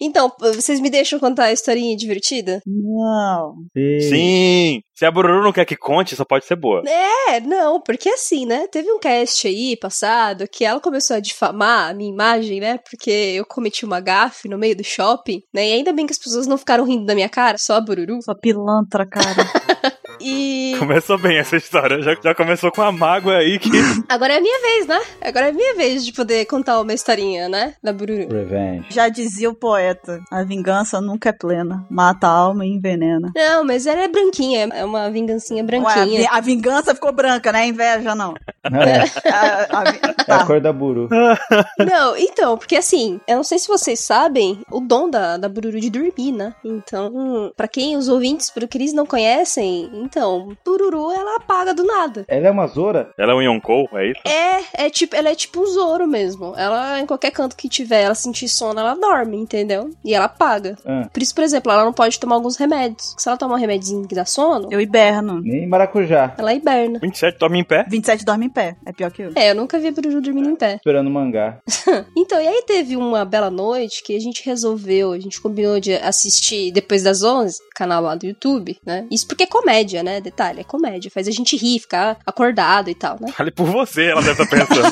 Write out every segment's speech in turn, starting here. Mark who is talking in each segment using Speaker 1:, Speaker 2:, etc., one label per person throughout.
Speaker 1: Então, vocês me deixam contar a historinha divertida?
Speaker 2: Não.
Speaker 3: Sim! Se a Bururu não quer que conte, só pode ser boa.
Speaker 1: É, não, porque assim, né? Teve um cast aí passado que ela começou a difamar a minha imagem, né? Porque eu cometi uma gafe no meio do shopping, né? E ainda bem que as pessoas não ficaram rindo da minha cara, só a Bururu.
Speaker 2: Sua pilantra, cara.
Speaker 1: E.
Speaker 3: Começou bem essa história, já, já começou com a mágoa aí que.
Speaker 1: Agora é a minha vez, né? Agora é a minha vez de poder contar uma historinha, né? Da Bururu.
Speaker 4: Revenge.
Speaker 2: Já dizia o poeta: a vingança nunca é plena, mata a alma e envenena.
Speaker 1: Não, mas ela é branquinha, é uma vingancinha branquinha.
Speaker 2: Ué, a, vi- a vingança ficou branca, né? Inveja não.
Speaker 4: É,
Speaker 2: A- a vi-
Speaker 4: é
Speaker 2: tá.
Speaker 4: a cor da buru.
Speaker 1: Não, então, porque assim, eu não sei se vocês sabem o dom da, da Bururu de dormir, né? Então, hum, pra quem os ouvintes pro Cris não conhecem, então, Bururu ela apaga do nada.
Speaker 4: Ela é uma zora?
Speaker 3: Ela é um Yonkou, é isso?
Speaker 1: É, é tipo, ela é tipo um Zoro mesmo. Ela, em qualquer canto que tiver, ela sentir sono, ela dorme, entendeu? E ela apaga.
Speaker 4: Ah,
Speaker 1: Por isso, por exemplo, ela não pode tomar alguns remédios. Se ela tomar um remedinho que dá sono,
Speaker 2: Eu hiberno.
Speaker 4: nem maracujá.
Speaker 1: ela hiberna.
Speaker 3: 27, toma em pé.
Speaker 2: 27 dorme em pé. É pior que eu.
Speaker 1: É, eu nunca vi a Bururu dormindo em pé.
Speaker 4: Esperando mangá.
Speaker 1: Então, e aí teve uma bela noite que a gente resolveu, a gente combinou de assistir depois das 11, canal lá do YouTube, né? Isso porque é comédia, né? Detalhe, é comédia. Faz a gente rir, ficar acordado e tal, né?
Speaker 3: Fale por você, ela deve estar pensando.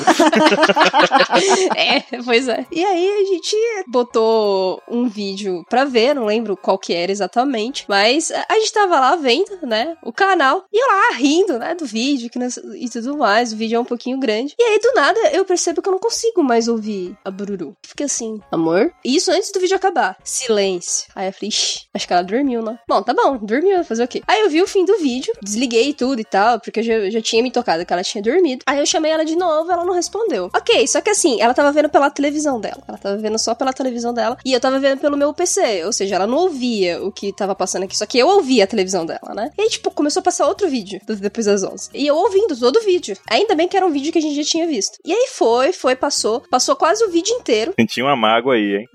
Speaker 1: é, pois é. E aí a gente botou um vídeo pra ver, não lembro qual que era exatamente, mas a a gente tava lá vendo, né, o canal, e eu lá rindo, né, do vídeo que nós- e tudo mais, o vídeo é um pouquinho grande. E aí do nada eu percebo que eu não consigo mais ouvir a Bururu. Fiquei assim, amor? E Isso antes do vídeo acabar. Silêncio. Aí eu falei, Ixi, acho que ela dormiu, né? Bom, tá bom, dormiu, fazer o quê? Aí eu vi o fim do vídeo, desliguei tudo e tal, porque eu já, já tinha me tocado que ela tinha dormido. Aí eu chamei ela de novo, ela não respondeu. Ok, só que assim, ela tava vendo pela televisão dela. Ela tava vendo só pela televisão dela e eu tava vendo pelo meu PC. Ou seja, ela não ouvia o que tava passando aqui, só que eu ouvia a televisão dela, né? E aí, tipo, começou a passar outro vídeo do- depois das 11. E eu ouvindo todo o vídeo. Ainda bem que era um vídeo que a gente já tinha visto. E aí foi, foi, passou. Passou quase o vídeo inteiro.
Speaker 3: Senti uma mágoa aí, hein?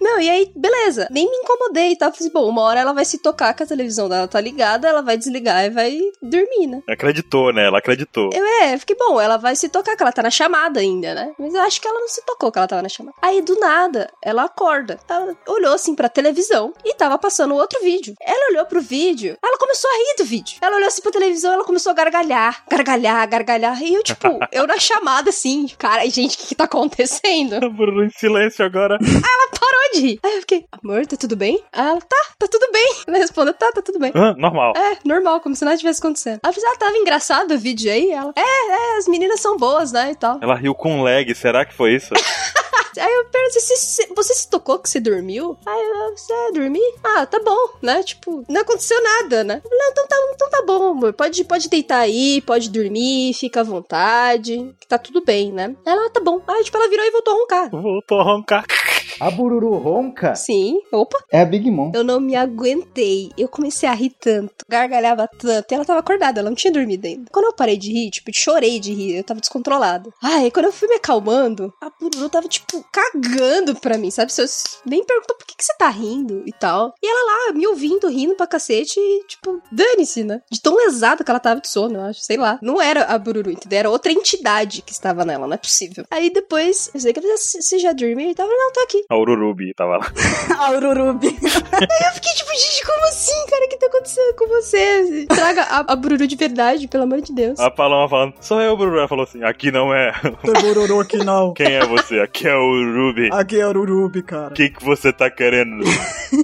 Speaker 1: Não, e aí, beleza. Nem me incomodei, tá? Falei, assim, bom, uma hora ela vai se tocar que a televisão dela tá ligada, ela vai desligar e vai dormir, né?
Speaker 3: Acreditou, né? Ela acreditou.
Speaker 1: Eu é, fiquei, bom, ela vai se tocar, que ela tá na chamada ainda, né? Mas eu acho que ela não se tocou que ela tava na chamada. Aí, do nada, ela acorda. Ela olhou assim pra televisão e tava passando outro vídeo. Ela olhou pro vídeo, ela começou a rir do vídeo. Ela olhou assim pra televisão, ela começou a gargalhar, gargalhar, gargalhar. E eu, tipo, eu na chamada assim, cara, gente, o que que tá acontecendo?
Speaker 3: Bruno em silêncio agora.
Speaker 1: Parou de rir. Aí eu fiquei, amor, tá tudo bem? Aí ela, tá, tá tudo bem. Ela respondeu, tá, tá tudo bem.
Speaker 3: Hã? Normal.
Speaker 1: É, normal, como se nada tivesse acontecendo. Ela falou, ah, tava engraçado o vídeo aí? Ela, é, é, as meninas são boas, né, e tal.
Speaker 3: Ela riu com um lag, será que foi isso?
Speaker 1: Aí eu perguntei, você, se- você se tocou que você dormiu? Aí eu, você é, dormi? Ah, tá bom, né? Tipo, não aconteceu nada, né? Eu, Não, então tá, então tá bom, amor. Pode, pode deitar aí, pode dormir, fica à vontade, que tá tudo bem, né? Ela, tá bom. Aí, tipo, ela virou e voltou a roncar.
Speaker 3: Voltou a roncar.
Speaker 4: A bururu ronca
Speaker 1: Sim, opa.
Speaker 4: é a Big Mom.
Speaker 1: Eu não me aguentei. Eu comecei a rir tanto, gargalhava tanto. E ela tava acordada, ela não tinha dormido ainda. Quando eu parei de rir, tipo, chorei de rir, eu tava descontrolada. Ai, quando eu fui me acalmando, a Bururu tava, tipo, cagando pra mim, sabe? Se eu nem perguntou por que, que você tá rindo e tal. E ela lá, me ouvindo, rindo pra cacete, e, tipo, dane-se, né? De tão lesada que ela tava de sono, eu acho, sei lá. Não era a Bururu, entendeu? Era outra entidade que estava nela, não é possível. Aí depois, eu sei que ela disse, você já dormiu e tava, não, tô aqui.
Speaker 3: A Ururubi tava lá.
Speaker 2: Aururubi.
Speaker 1: Eu fiquei tipo, gente, como assim, cara? O que tá acontecendo com você? Traga a, a Bururu de verdade, pelo amor de Deus.
Speaker 3: A Paloma falando, sou eu, Bururu. Ela falou assim, aqui não é.
Speaker 2: Bururu aqui não.
Speaker 3: Quem é você? Aqui é o Ururubi.
Speaker 2: Aqui é Aururubi, cara.
Speaker 3: O que, que você tá querendo?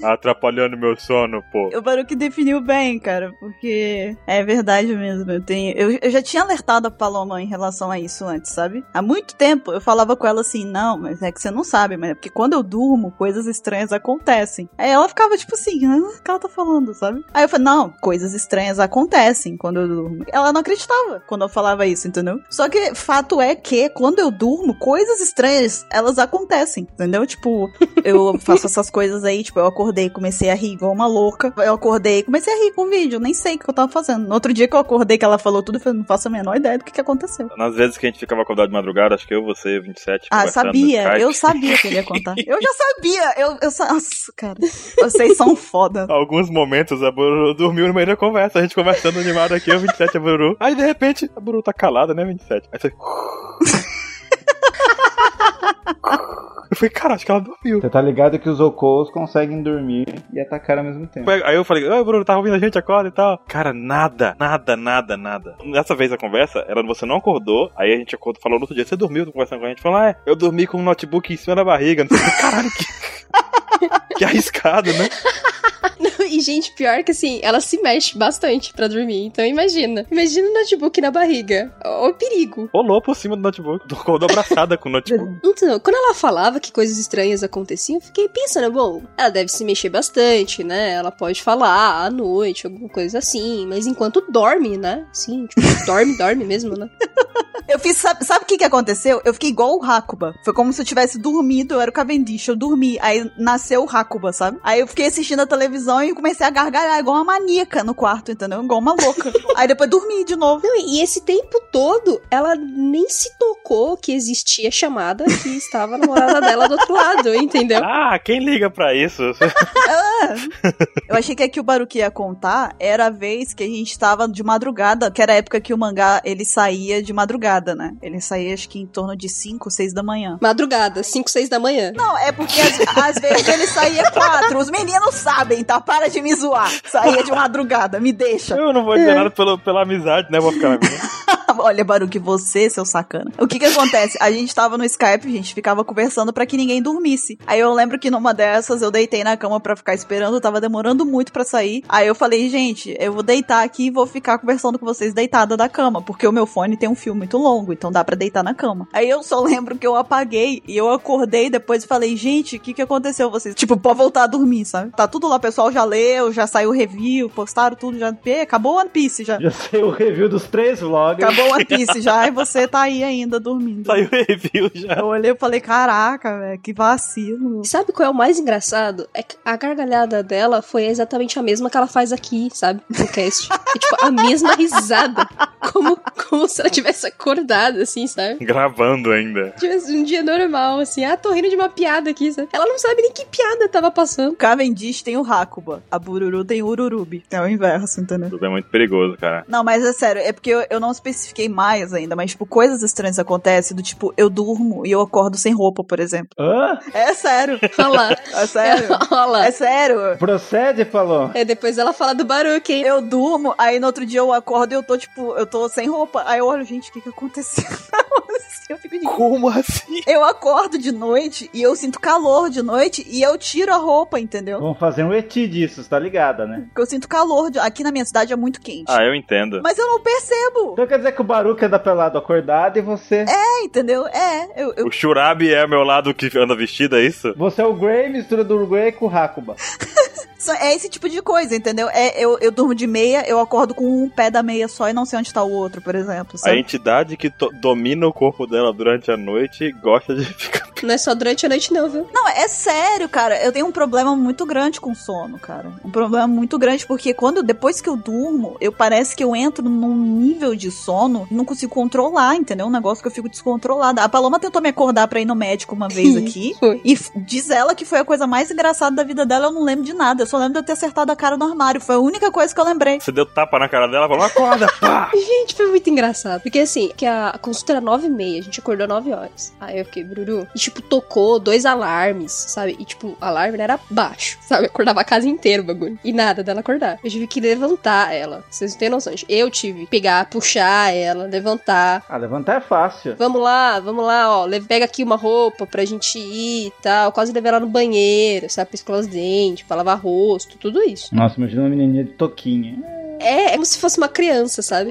Speaker 3: Atrapalhando meu sono, pô.
Speaker 2: O Baruque definiu bem, cara, porque é verdade mesmo. Eu, tenho, eu, eu já tinha alertado a Paloma em relação a isso antes, sabe? Há muito tempo eu falava com ela assim: não, mas é que você não sabe, mas é porque quando eu durmo, coisas estranhas acontecem. Aí ela ficava tipo assim: ah, o que ela tá falando, sabe? Aí eu falei: não, coisas estranhas acontecem quando eu durmo. Ela não acreditava quando eu falava isso, entendeu? Só que fato é que quando eu durmo, coisas estranhas elas acontecem, entendeu? Tipo, eu faço essas coisas aí, tipo, eu acordei e comecei a rir igual uma louca. Eu acordei e comecei a rir com o vídeo, eu nem sei o que eu tava fazendo. No outro dia que eu acordei, que ela falou tudo, eu falei, não faço a menor ideia do que, que aconteceu.
Speaker 3: Nas vezes que a gente ficava acordado de madrugada, acho que eu, você, 27,
Speaker 2: Ah,
Speaker 3: conversando no
Speaker 2: sabia,
Speaker 3: Skype.
Speaker 2: eu sabia que ele ia contar. Eu já sabia, eu, eu sa- Nossa, cara, vocês são foda.
Speaker 3: Alguns momentos a Bururu dormiu no meio da conversa, a gente conversando animado aqui, o 27 a Bururu. Aí de repente, a Bururu tá calada, né, 27? Aí você. Eu falei, cara, acho que ela dormiu.
Speaker 4: Você tá ligado que os Okous conseguem dormir e atacar ao mesmo tempo.
Speaker 3: Aí eu falei, ai, Bruno, tá ouvindo a gente, acorda e tal. Cara, nada, nada, nada, nada. Dessa vez a conversa era você não acordou, aí a gente acordou, falou no outro dia, você dormiu, tô conversando com a gente, falou, ah, é, eu dormi com um notebook em cima da barriga, não sei o que, caralho, que... que arriscado, né?
Speaker 1: Não, e, gente, pior que assim, ela se mexe bastante pra dormir. Então imagina. Imagina o notebook na barriga. Ó, o perigo.
Speaker 3: Rolou por cima do notebook, acordou abraçada com o notebook.
Speaker 1: Então, quando ela falava que coisas estranhas aconteciam, eu fiquei pensando, bom, ela deve se mexer bastante, né? Ela pode falar à noite, alguma coisa assim, mas enquanto dorme, né? Sim, tipo, dorme, dorme mesmo, né?
Speaker 2: Eu fiz, sabe, sabe o que que aconteceu? Eu fiquei igual o Hakuba. Foi como se eu tivesse dormido, eu era o Cavendish, eu dormi. Aí nasceu o Hakuba, sabe? Aí eu fiquei assistindo a televisão e comecei a gargalhar igual uma maníaca no quarto, entendeu? Igual uma louca. Aí depois dormi de novo.
Speaker 1: Não, e esse tempo todo, ela nem se tocou que existia chamada que estava a namorada dela do outro lado, entendeu?
Speaker 3: Ah, quem liga pra isso?
Speaker 2: Eu achei que aqui o Baruki ia contar era a vez que a gente tava de madrugada, que era a época que o mangá ele saía de madrugada, né? Ele saía acho que em torno de 5, 6 da manhã.
Speaker 1: Madrugada, 5, 6 da manhã.
Speaker 2: Não, é porque às- às vezes ele saía quatro. Os meninos sabem, tá? Para de me zoar. Saía de madrugada, me deixa.
Speaker 3: Eu não vou dizer nada pelo, pela amizade, né? Vou ficar na minha.
Speaker 2: Olha, Baruque, você, seu sacana. O que que acontece? A gente tava no Skype, a gente ficava conversando pra que ninguém dormisse. Aí eu lembro que numa dessas eu deitei na cama pra ficar esperando, tava demorando muito pra sair. Aí eu falei, gente, eu vou deitar aqui e vou ficar conversando com vocês deitada da cama, porque o meu fone tem um fio muito longo, então dá pra deitar na cama. Aí eu só lembro que eu apaguei e eu acordei depois e falei, gente, o que que aconteceu vocês? Tipo, pode voltar a dormir, sabe? Tá tudo lá, o pessoal já leu, já saiu o review, postaram tudo, já Pê, acabou One Piece já.
Speaker 4: Já sei o review dos três vlogs.
Speaker 2: Acabou One Piece já e você tá aí ainda dormindo.
Speaker 3: Saiu review já.
Speaker 2: Eu olhei e falei, caraca, velho, que vacilo.
Speaker 1: Sabe qual é o mais engraçado? É que a gargalhada dela foi exatamente a mesma que ela faz aqui, sabe? No cast. É tipo a mesma risada. Como, como se ela tivesse acordado, assim, sabe?
Speaker 3: Gravando ainda.
Speaker 1: Tivesse um dia normal, assim. Ah, tô rindo de uma piada aqui, sabe? Ela não sabe nem que piada tava passando.
Speaker 2: O Cavendish tem o Hakuba, a Bururu tem o Ururubi. É o inverso, entendeu?
Speaker 3: Tudo é muito perigoso, cara.
Speaker 2: Não, mas é sério, é porque eu, eu não especifiquei mais ainda, mas, tipo, coisas estranhas acontecem, do tipo, eu durmo e eu acordo sem roupa, por exemplo.
Speaker 4: Hã?
Speaker 2: É sério,
Speaker 1: Olha lá.
Speaker 2: é sério,
Speaker 1: Olha lá.
Speaker 2: é sério.
Speaker 4: Procede, falou.
Speaker 1: É, depois ela fala do Baruque, hein?
Speaker 2: Eu durmo, aí no outro dia eu acordo e eu tô, tipo, eu tô sem roupa. Aí eu olho, gente, o que que aconteceu? eu fico de
Speaker 3: Como assim?
Speaker 2: Eu acordo de noite e eu sinto calor de noite e eu tiro a roupa, entendeu?
Speaker 4: Vamos fazer um eti disso, tá ligada, né?
Speaker 2: Porque eu sinto calor. De... Aqui na minha cidade é muito quente.
Speaker 3: Ah, eu entendo.
Speaker 2: Mas eu não percebo.
Speaker 4: Então quer dizer que o Baruca é da pelado acordado e você.
Speaker 2: É, entendeu? É, eu. eu...
Speaker 3: O Shurabi é meu lado que anda vestido, é isso?
Speaker 4: Você é o Grey, mistura do Grey com o Hakuba.
Speaker 2: só- É esse tipo de coisa, entendeu? É, eu, eu durmo de meia, eu acordo com um pé da meia só e não sei onde tá o outro, por exemplo.
Speaker 3: A
Speaker 2: sabe?
Speaker 3: entidade que to- domina o corpo dela durante a noite gosta de ficar.
Speaker 1: Não é só durante a noite, não, viu?
Speaker 2: Não, é sério, cara. Eu tenho um problema muito grande com sono, cara. Um problema muito grande, porque quando depois que eu durmo, eu parece que eu entro num nível de sono, não consigo controlar, entendeu? Um negócio que eu fico descontrolada. A Paloma tentou me acordar pra ir no médico uma vez aqui.
Speaker 1: Foi.
Speaker 2: E f- diz ela que foi a coisa mais engraçada da vida dela, eu não lembro de nada. Eu só lembro de eu ter acertado a cara no armário. Foi a única coisa que eu lembrei.
Speaker 3: Você deu tapa na cara dela e falou: acorda, pá!
Speaker 1: Gente, foi muito engraçado. Porque assim, que a consulta era 9 e meia, a gente acordou 9 horas. Aí eu fiquei, Bruru. E tipo, tocou dois alarmes, sabe? E tipo, o alarme era baixo, sabe? Acordava a casa inteira o bagulho. E nada dela acordar. Eu tive que levantar ela. Vocês não têm noção, gente. Eu tive que pegar, puxar ela, levantar.
Speaker 4: Ah, levantar é fácil.
Speaker 1: Vamos lá, vamos lá, ó. le- Pega aqui uma roupa pra gente ir e tal. Quase levei ela no banheiro, sabe? Pra escovar os dentes, pra lavar rosto, tudo isso.
Speaker 4: Nossa, imagina uma menininha de toquinha.
Speaker 1: É, é como se fosse uma criança, sabe?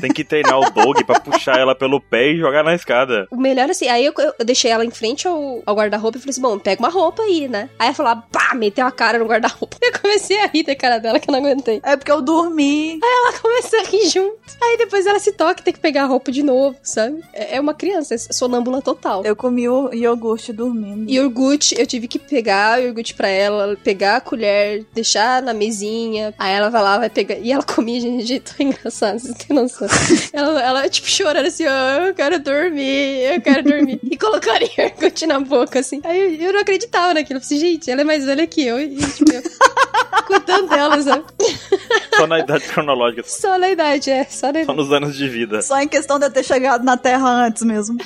Speaker 3: Tem que treinar o dog pra puxar ela pelo pé e jogar na escada.
Speaker 1: O melhor assim, aí eu, eu deixei ela em frente ao, ao guarda-roupa e falei assim: bom, pega uma roupa aí, né? Aí ela falou, ah, pá, meteu a cara no guarda-roupa. Eu comecei a rir da cara dela que eu não aguentei.
Speaker 2: É porque eu dormi.
Speaker 1: Ela começou a rir junto. Aí depois ela se toca e tem que pegar a roupa de novo, sabe? É, é uma criança, é sonâmbula total.
Speaker 2: Eu comi o iogurte dormindo.
Speaker 1: E iogurte, eu tive que pegar o iogurte pra ela, pegar a colher, deixar na mesinha. Aí ela vai lá, vai pegar. E ela comia, gente, de jeito engraçado, vocês não têm noção. ela, ela, tipo, chorando assim, ó, eu quero dormir, eu quero dormir. e colocaram iogurte na boca, assim. Aí eu, eu não acreditava naquilo. Eu falei, gente, ela é mais velha que eu. E, tipo, eu cuidando dela, sabe?
Speaker 3: Só na idade cronológica, só,
Speaker 1: Só na idade, é. Só na
Speaker 3: só
Speaker 1: idade.
Speaker 3: nos anos de vida.
Speaker 2: Só em questão de eu ter chegado na Terra antes mesmo.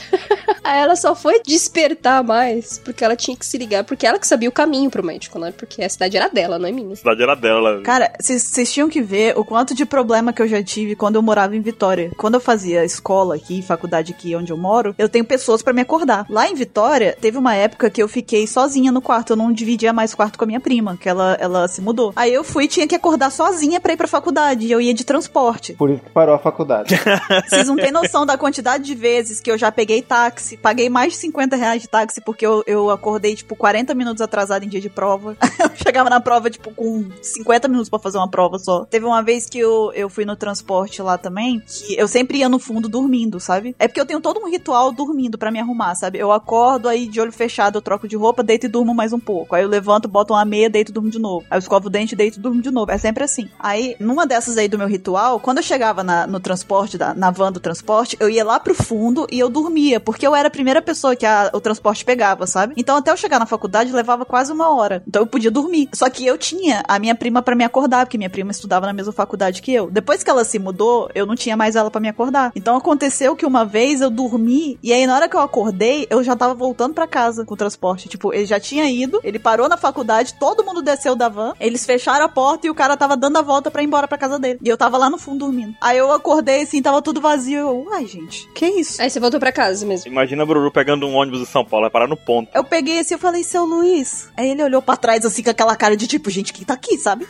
Speaker 1: Aí ela só foi despertar mais porque ela tinha que se ligar, porque ela que sabia o caminho pro médico, né? Porque a cidade era dela, não é minha.
Speaker 3: A cidade era dela.
Speaker 2: Cara, vocês vocês tinham que ver o quanto de problema que eu já tive quando eu morava em Vitória. Quando eu fazia escola aqui, faculdade aqui onde eu moro, eu tenho pessoas pra me acordar. Lá em Vitória, teve uma época que eu fiquei sozinha no quarto. Eu não dividia mais quarto com a minha prima, que ela, ela se mudou. Aí eu fui e tinha que acordar sozinha pra ir pra faculdade. E eu ia de transporte.
Speaker 4: Por isso que parou a faculdade.
Speaker 2: Vocês não têm noção da quantidade de vezes que eu já peguei táxi, paguei mais de 50 reais de táxi, porque eu, eu acordei, tipo, 40 minutos atrasado em dia de prova. eu chegava na prova, tipo, com 50 minutos pra fazer uma prova só. Teve uma vez que eu, eu fui no transporte lá também, que eu sempre ia no fundo dormindo, sabe? É porque eu tenho todo um ritual dormindo pra me arrumar, sabe? Eu acordo, aí de olho fechado eu troco de roupa, deito e durmo mais um pouco. Aí eu levanto, boto uma meia, deito e durmo de novo. Aí eu escovo o dente, deito e durmo de novo. É sempre assim. Aí, numa dessas aí do meu ritual, quando eu chegava na- no transporte, da- na van do transporte, eu ia lá pro fundo e eu dormia, porque eu era a primeira pessoa que a- o transporte pegava, sabe? Então até eu chegar na faculdade levava quase uma hora. Então eu podia dormir. Só que eu tinha a minha prima pra me acordar, porque minha prima estudava na mesma faculdade que eu. Depois que ela se mudou, eu não tinha mais ela pra me acordar. Então aconteceu que uma vez eu dormi e aí na hora que eu acordei, eu já tava voltando pra casa com o transporte. Tipo, ele já tinha ido, ele parou na faculdade, todo mundo desceu da van, eles fecharam a porta e o cara tava dando a volta pra ir embora pra casa dele. E eu tava lá no fundo dormindo. Aí eu acordei assim, tava tudo vazio. Eu, ai, gente, que isso?
Speaker 1: Aí você voltou pra casa mesmo.
Speaker 3: Imagina a Bruru pegando um ônibus em São Paulo, vai parar no ponto.
Speaker 2: Eu peguei assim, eu falei, seu Luiz. Aí ele olhou pra trás assim com aquela cara de tipo, gente, quem tá aqui, sabe?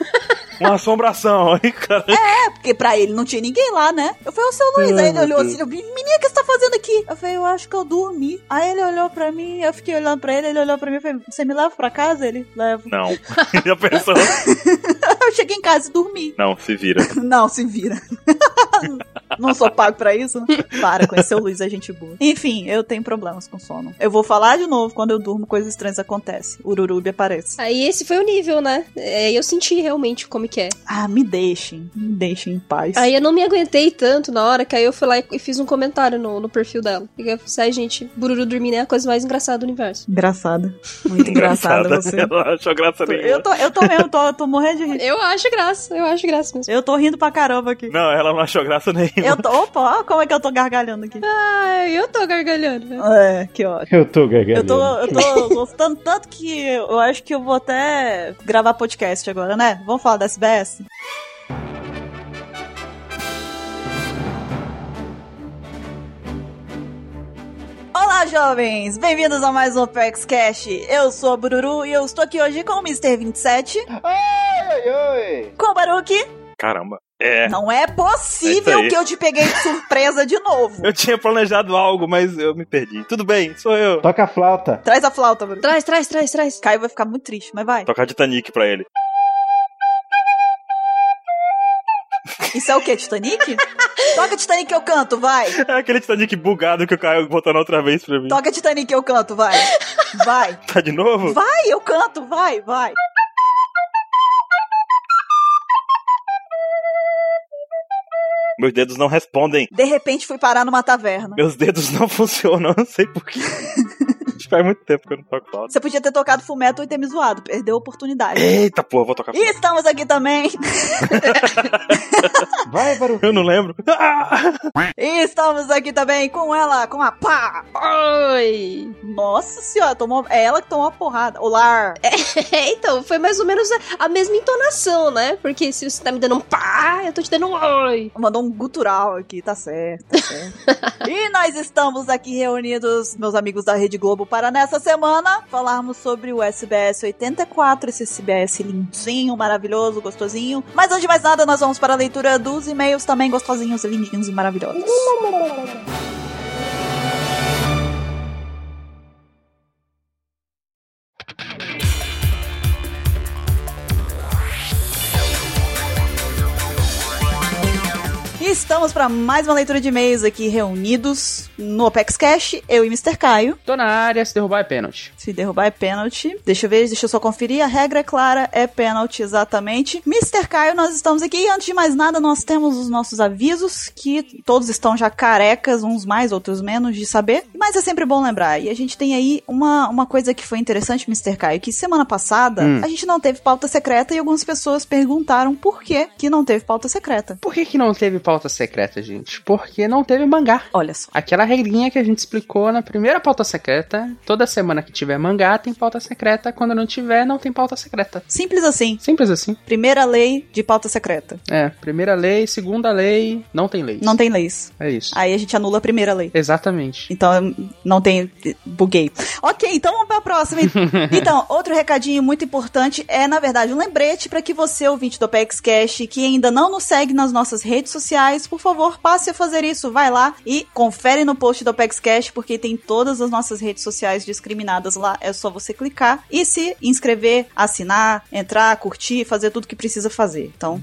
Speaker 3: Uma assombração. Aí, cara,
Speaker 2: É, porque pra ele não tinha ninguém lá, né? Eu falei, ô seu Luiz. Aí ele olhou assim, eu, menina, o que você tá fazendo aqui? Eu falei, eu acho que eu dormi. Aí ele olhou pra mim, eu fiquei olhando pra ele, ele olhou pra mim e falei, você me leva pra casa? Ele, leva.
Speaker 3: não. Já pensou?
Speaker 2: eu cheguei em casa e dormi.
Speaker 3: Não, se vira.
Speaker 2: Não, se vira. Não sou pago pra isso? Para, conhecer o Luiz é gente boa. Enfim, eu tenho problemas com sono. Eu vou falar de novo, quando eu durmo, coisas estranhas acontecem. Ururubi aparece.
Speaker 1: Aí esse foi o nível, né? Aí eu senti realmente como que é.
Speaker 2: Ah, me deixem. Me deixem em paz.
Speaker 1: Aí eu não me aguentei tanto na hora que aí eu fui lá e e fiz um comentário no, no perfil dela. E eu falei, ai gente, Bururu dormindo é a coisa mais engraçada do universo.
Speaker 2: Engraçada. Muito engraçada você.
Speaker 3: Eu não acho graça nenhuma.
Speaker 2: Eu tô, eu tô mesmo, tô, eu tô morrendo de rir.
Speaker 1: Eu acho graça, eu acho graça mesmo.
Speaker 2: Eu tô rindo pra caramba aqui.
Speaker 3: Não, ela não achou graça nenhuma.
Speaker 2: Eu tô. Opa, ó, como é que eu tô gargalhando aqui.
Speaker 1: Ai, Ah, eu tô gargalhando. né?
Speaker 2: É, que ótimo.
Speaker 4: Eu tô gargalhando.
Speaker 2: Eu tô, eu tô gostando tanto que eu acho que eu vou até gravar podcast agora, né? Vamos falar da SBS? Olá, jovens! Bem-vindos a mais um PEX Cash. Eu sou a Bururu e eu estou aqui hoje com o Mr. 27,
Speaker 4: Oi, oi.
Speaker 2: com o Baruki.
Speaker 3: Caramba. É.
Speaker 2: Não é
Speaker 3: É isso
Speaker 2: possível
Speaker 3: aí.
Speaker 2: que eu te peguei de surpresa de novo.
Speaker 3: Eu tinha planejado algo, mas eu me perdi. Tudo bem, sou eu.
Speaker 4: Toca a flauta.
Speaker 2: Traz a flauta, Bruno.
Speaker 1: Traz, traz, traz, traz.
Speaker 2: Caio vai ficar muito triste, mas vai.
Speaker 3: Tocar Titanic pra ele.
Speaker 2: Isso é o quê, Titanic? Toca Titanic que eu canto, vai.
Speaker 3: É aquele Titanic bugado que o Caio botou na outra vez pra mim.
Speaker 2: Toca Titanic que eu canto, vai. Vai.
Speaker 3: Tá de novo?
Speaker 2: Vai, eu canto, vai, vai.
Speaker 3: Meus dedos não respondem.
Speaker 2: De repente fui parar numa taverna.
Speaker 3: Meus dedos não funcionam, eu não sei porquê. Faz muito tempo que eu não toco flauta.
Speaker 2: Você podia ter tocado Fullmetal e ter me zoado. Perdeu a oportunidade.
Speaker 3: Eita porra, vou tocar
Speaker 2: E
Speaker 3: flauta.
Speaker 2: estamos aqui também.
Speaker 4: Vai, Baru.
Speaker 3: Eu não lembro. Ah!
Speaker 2: E estamos aqui também com ela, com a pá.
Speaker 1: Oi!
Speaker 2: Nossa senhora, tomou... é ela que tomou a porrada. Olá.
Speaker 1: então, foi mais ou menos a- a mesma entonação, né? Porque se você tá me dando um pá, eu tô te dando um oi.
Speaker 2: Mandou um gutural aqui, tá certo, tá certo. e nós estamos aqui reunidos, meus amigos da Rede Globo, para nessa semana falarmos sobre o SBS 84, esse SBS lindinho, maravilhoso, gostosinho. Mas antes de mais nada, nós vamos para a leitura dos e-mails também gostosinhos, lindinhos e maravilhosos. E Voltamos para mais uma leitura de e-mails aqui reunidos no Opex Cash, eu e Mr. Caio.
Speaker 5: Tô na área, se derrubar é pênalti.
Speaker 2: Se derrubar é pênalti. Deixa eu ver, deixa eu só conferir. A regra é clara, é pênalti, exatamente. Mr. Caio, nós estamos aqui. E antes de mais nada, nós temos os nossos avisos, que todos estão já carecas, uns mais, outros menos, de saber. Mas é sempre bom lembrar. E a gente tem aí uma, uma coisa que foi interessante, Mr. Caio, que semana passada
Speaker 5: Hum.
Speaker 2: a gente não teve pauta secreta e algumas pessoas perguntaram por que que não teve pauta secreta.
Speaker 5: Por que, que não teve pauta secreta, gente? Porque não teve mangá.
Speaker 2: Olha só.
Speaker 5: Aquela regrinha que a gente explicou na primeira pauta secreta, toda semana que tiver mangá tem pauta secreta, quando não tiver, não tem pauta secreta.
Speaker 2: Simples assim.
Speaker 5: Simples assim.
Speaker 2: Primeira lei de pauta secreta.
Speaker 5: É, primeira lei, segunda lei, não tem lei.
Speaker 2: Não tem leis.
Speaker 5: É isso.
Speaker 2: Aí a gente anula a primeira lei.
Speaker 5: Exatamente.
Speaker 2: Então não tem. Buguei. Ok, então vamos pra próxima. Então, outro recadinho muito importante é, na verdade, um lembrete para que você, ouvinte do Apex Cash, que ainda não nos segue nas nossas redes sociais, por favor, passe a fazer isso. Vai lá e confere no post do Apex Cash, porque tem todas as nossas redes sociais discriminadas lá. É só você clicar e se inscrever, assinar, entrar, curtir, fazer tudo que precisa fazer. Então.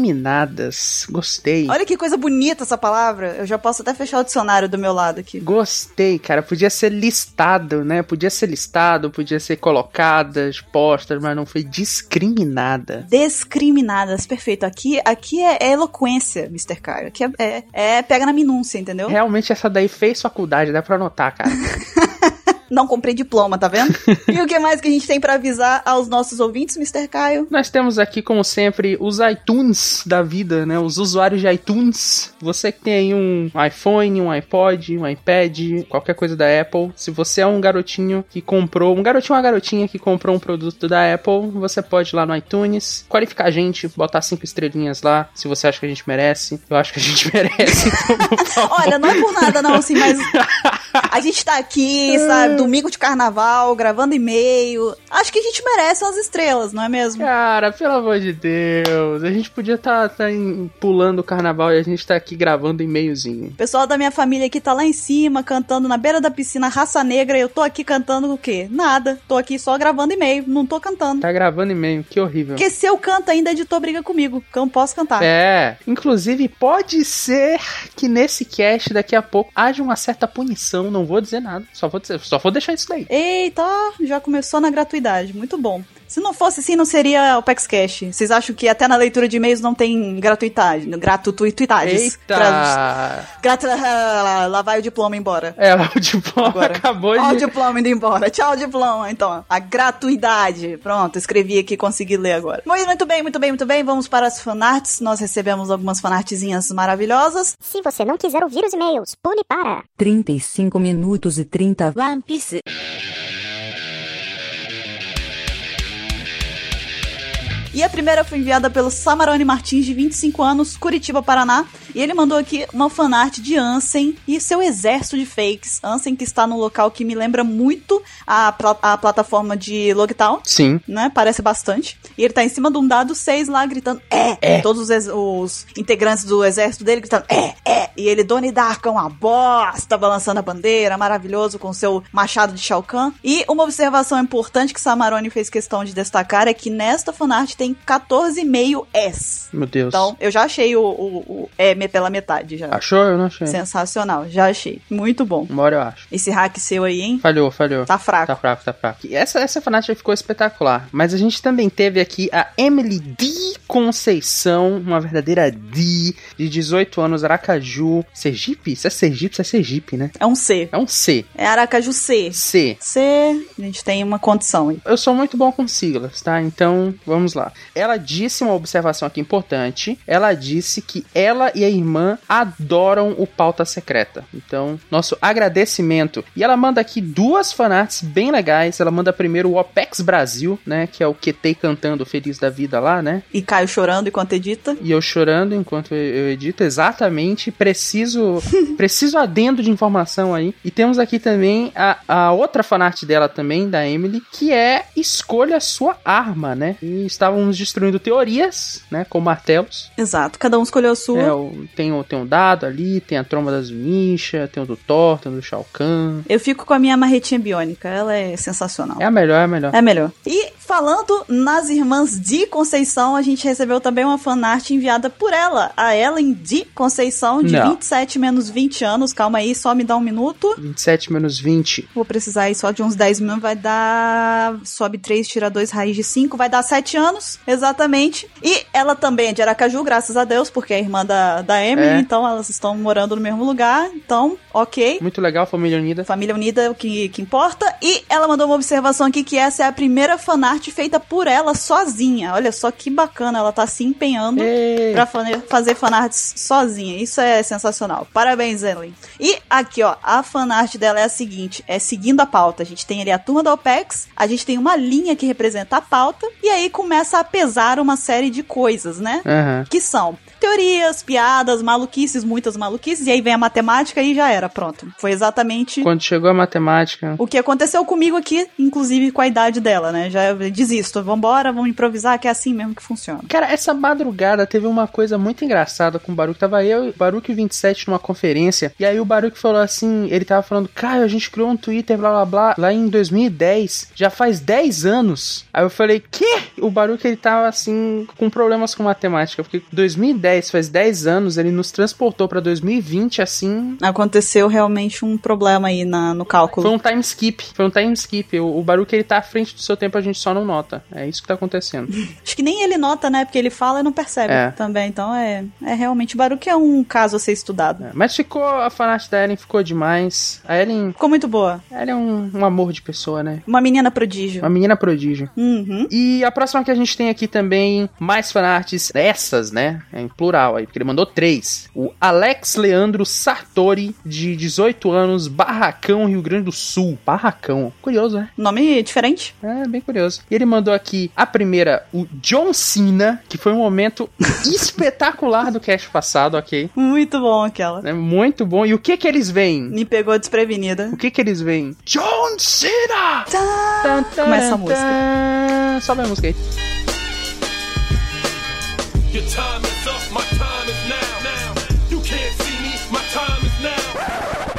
Speaker 5: Discriminadas. Gostei.
Speaker 2: Olha que coisa bonita essa palavra. Eu já posso até fechar o dicionário do meu lado aqui.
Speaker 5: Gostei, cara. Podia ser listado, né? Podia ser listado, podia ser colocadas, postas, mas não foi discriminada.
Speaker 2: Discriminadas, perfeito. Aqui, aqui é, é eloquência, Mr. Caio. Aqui é, é- é pega na minúcia, entendeu?
Speaker 5: Realmente essa daí fez faculdade, dá pra notar, cara.
Speaker 2: Não comprei diploma, tá vendo? e o que mais que a gente tem pra avisar aos nossos ouvintes, Mr. Caio?
Speaker 5: Nós temos aqui, como sempre, os iTunes da vida, né? Os usuários de iTunes. Você que tem aí um iPhone, um iPod, um iPad, qualquer coisa da Apple. Se você é um garotinho que comprou, um garotinho ou uma garotinha que comprou um produto da Apple, você pode ir lá no iTunes, qualificar a gente, botar cinco estrelinhas lá, se você acha que a gente merece. Eu acho que a gente merece, então, por favor.
Speaker 2: Olha, não é por nada não, assim, mas a gente tá aqui, sabe, domingo de carnaval, gravando e-mail. Acho que a gente merece umas estrelas, não é mesmo?
Speaker 5: Cara, pelo amor de Deus, a gente podia estar pulando o carnaval e a gente tá aqui gravando e-mailzinho.
Speaker 2: O pessoal da minha família aqui tá lá em cima, cantando na beira da piscina, raça negra, e eu tô aqui cantando o quê? Nada. Tô aqui só gravando e-mail, não tô cantando.
Speaker 5: Tá gravando e-mail, que horrível.
Speaker 2: Porque se eu canto ainda, editor briga comigo, porque eu não posso cantar.
Speaker 5: É, inclusive pode ser que nesse cast daqui a pouco haja uma certa punição, não vou dizer nada, só vou dizer, só vou deixar isso daí.
Speaker 2: Eita, ó, já começou na gratuidade, muito bom. Se não fosse assim, não seria o Pex Cash. Vocês acham que até na leitura de e-mails não tem gratuidade, gratuituidades? Tra-
Speaker 5: Eita!
Speaker 2: Gratu... ah, Lá vai o diploma embora.
Speaker 5: É, lá o diploma
Speaker 2: Agora.
Speaker 5: acabou
Speaker 2: Ó o
Speaker 5: de...
Speaker 2: diploma indo embora. Tchau, diploma. Então, a gratuidade. Pronto, escrevi aqui, consegui ler agora. Muito, muito bem, muito bem, muito bem. Vamos para as fanarts. Nós recebemos algumas fanartzinhas maravilhosas.
Speaker 6: Se você não quiser ouvir os e-mails, pule para.
Speaker 7: 35 minutos e 30
Speaker 6: One Piece.
Speaker 2: E a primeira foi enviada pelo Samarone Martins, de 25 anos, Curitiba, Paraná. E ele mandou aqui uma fanart de Ansem e seu exército de fakes. Ansem que está num local que me lembra muito a, pla- a plataforma de Logtown.
Speaker 5: Sim.
Speaker 2: Né? Parece bastante. E ele tá em cima de um dado 6 lá gritando é. Todos os, ex- os integrantes do exército dele gritando é, é. E ele, Donnie Darko, é uma bosta, balançando a bandeira, maravilhoso com seu machado de Shao Kahn. E uma observação importante que Samarone fez questão de destacar é que nesta fanart tem 14,5 S.
Speaker 5: Meu Deus.
Speaker 2: Então, é. eu já achei o, o, o M pela metade já.
Speaker 5: Achou? Eu não achei.
Speaker 2: Sensacional, já achei. Muito bom.
Speaker 5: Uma hora eu acho.
Speaker 2: Esse hack seu aí, hein?
Speaker 5: Falhou, falhou.
Speaker 2: Tá fraco.
Speaker 5: Tá fraco, tá fraco. E Essa, essa fanática ficou espetacular. Mas a gente também teve aqui a Emily D. Conceição, uma verdadeira D, de 18 anos, Aracaju. Sergipe? Isso é Sergipe, isso é Sergipe, né?
Speaker 2: É um C.
Speaker 5: É um C.
Speaker 2: É Aracaju C.
Speaker 5: C.
Speaker 2: C, a gente tem uma condição aí.
Speaker 5: Eu sou muito bom com siglas, tá? Então, vamos lá. Ela disse uma observação aqui importante. Ela disse que ela e a irmã adoram o Pauta Secreta. Então, nosso agradecimento. E ela manda aqui duas fanarts bem legais. Ela manda primeiro o Opex Brasil, né? Que é o QT cantando Feliz da Vida lá, né?
Speaker 2: E Caio chorando enquanto edita.
Speaker 5: E eu chorando enquanto eu eu edito, exatamente. Preciso preciso adendo de informação aí. E temos aqui também a, a outra fanart dela também, da Emily, que é escolha a sua arma, né? E estávamos destruindo teorias, né? Com martelos.
Speaker 2: Exato, cada um escolheu a sua.
Speaker 5: É, o- tem, o, tem um dado ali, tem a tromba da Zunisha, tem o do Thor, tem o do Shao Kahn.
Speaker 2: Eu fico com a minha marretinha biônica, ela é sensacional.
Speaker 5: É a melhor, é a melhor.
Speaker 2: É melhor. E Falando nas irmãs de Conceição, a gente recebeu também uma fanart enviada por ela, a Ellen de Conceição, de
Speaker 5: Não.
Speaker 2: 27 menos 20 anos. Calma aí, só me dá um minuto.
Speaker 5: 27 menos 20.
Speaker 2: Vou precisar aí só de uns 10 minutos. Vai dar. Sobe 3, tira 2, raiz de 5. Vai dar 7 anos, exatamente. E ela também é de Aracaju, graças a Deus, porque é irmã da, da Emily.
Speaker 5: É.
Speaker 2: Então elas estão morando no mesmo lugar. Então, ok.
Speaker 5: Muito legal, família unida.
Speaker 2: Família unida é o que, que importa. E ela mandou uma observação aqui que essa é a primeira fanart feita por ela sozinha. Olha só que bacana, ela tá se
Speaker 5: É.
Speaker 2: empenhando
Speaker 5: Ei.
Speaker 2: pra fane- fazer fanarts sozinha. Isso é sensacional. Parabéns, Ellen. E aqui, ó, a fanart dela é a seguinte: é seguindo a pauta. A gente tem ali a turma da OPEX, a gente tem uma linha que representa a pauta, e aí começa a pesar uma série de coisas, né?
Speaker 5: Aham.
Speaker 2: Que são teorias, piadas, maluquices, muitas maluquices, e aí vem a matemática e já era, pronto. Foi exatamente
Speaker 5: Quando chegou a matemática.
Speaker 2: o que aconteceu comigo aqui, inclusive com a idade dela, né? Já desisto, vambora, vamos improvisar, que é assim mesmo que funciona.
Speaker 5: Cara, essa madrugada teve uma coisa muito engraçada com o Baruque. Tava eu e o Baruque 27 numa conferência. E aí o Baruque falou assim: ele tava falando, Caio, a gente criou um Twitter, blá blá blá, lá em 2010. Já faz 10 anos. Aí eu falei, quê? O Baruque ele tava assim, com problemas com matemática. Porque 2010 faz 10 anos, ele nos transportou pra 2020 assim.
Speaker 2: Aconteceu realmente um problema aí na- no
Speaker 5: Foi
Speaker 2: cálculo.
Speaker 5: um time skip, foi um time skip. O, o Baruque ele tá à frente do seu tempo, a gente só não nota. É isso que tá acontecendo.
Speaker 2: Acho que nem ele nota, né? Porque ele fala e não percebe
Speaker 5: É.
Speaker 2: também. Então é, é realmente. Baruque é um caso a ser estudado.
Speaker 5: É, Mas ficou, a fanart da Ellen ficou demais. A Ellen,
Speaker 2: Ficou muito boa.
Speaker 5: ela é um, um amor de pessoa, né?
Speaker 2: Uma menina prodígio.
Speaker 5: Uma menina prodígio.
Speaker 2: Uhum.
Speaker 5: E a próxima que a gente tem aqui também, mais fanarts dessas, né? É em plural aí, porque ele mandou três. O Alex Leandro Sartori, de 18 anos, Barracão, Rio Grande do Sul. Barracão. Curioso, né?
Speaker 2: Nome diferente.
Speaker 5: É, bem curioso. E ele mandou aqui a primeira, o John Cena, que foi um momento espetacular do cast passado, ok?
Speaker 2: Muito bom aquela.
Speaker 5: É muito bom. E o que que eles veem?
Speaker 2: Me pegou desprevenida.
Speaker 5: O que que eles veem? John Cena! Tan, tan,
Speaker 2: Começa a
Speaker 5: tan.
Speaker 2: música.
Speaker 5: Sobe a música aí.
Speaker 8: Your time is up, my time is now. now. You can't see me, my time is now.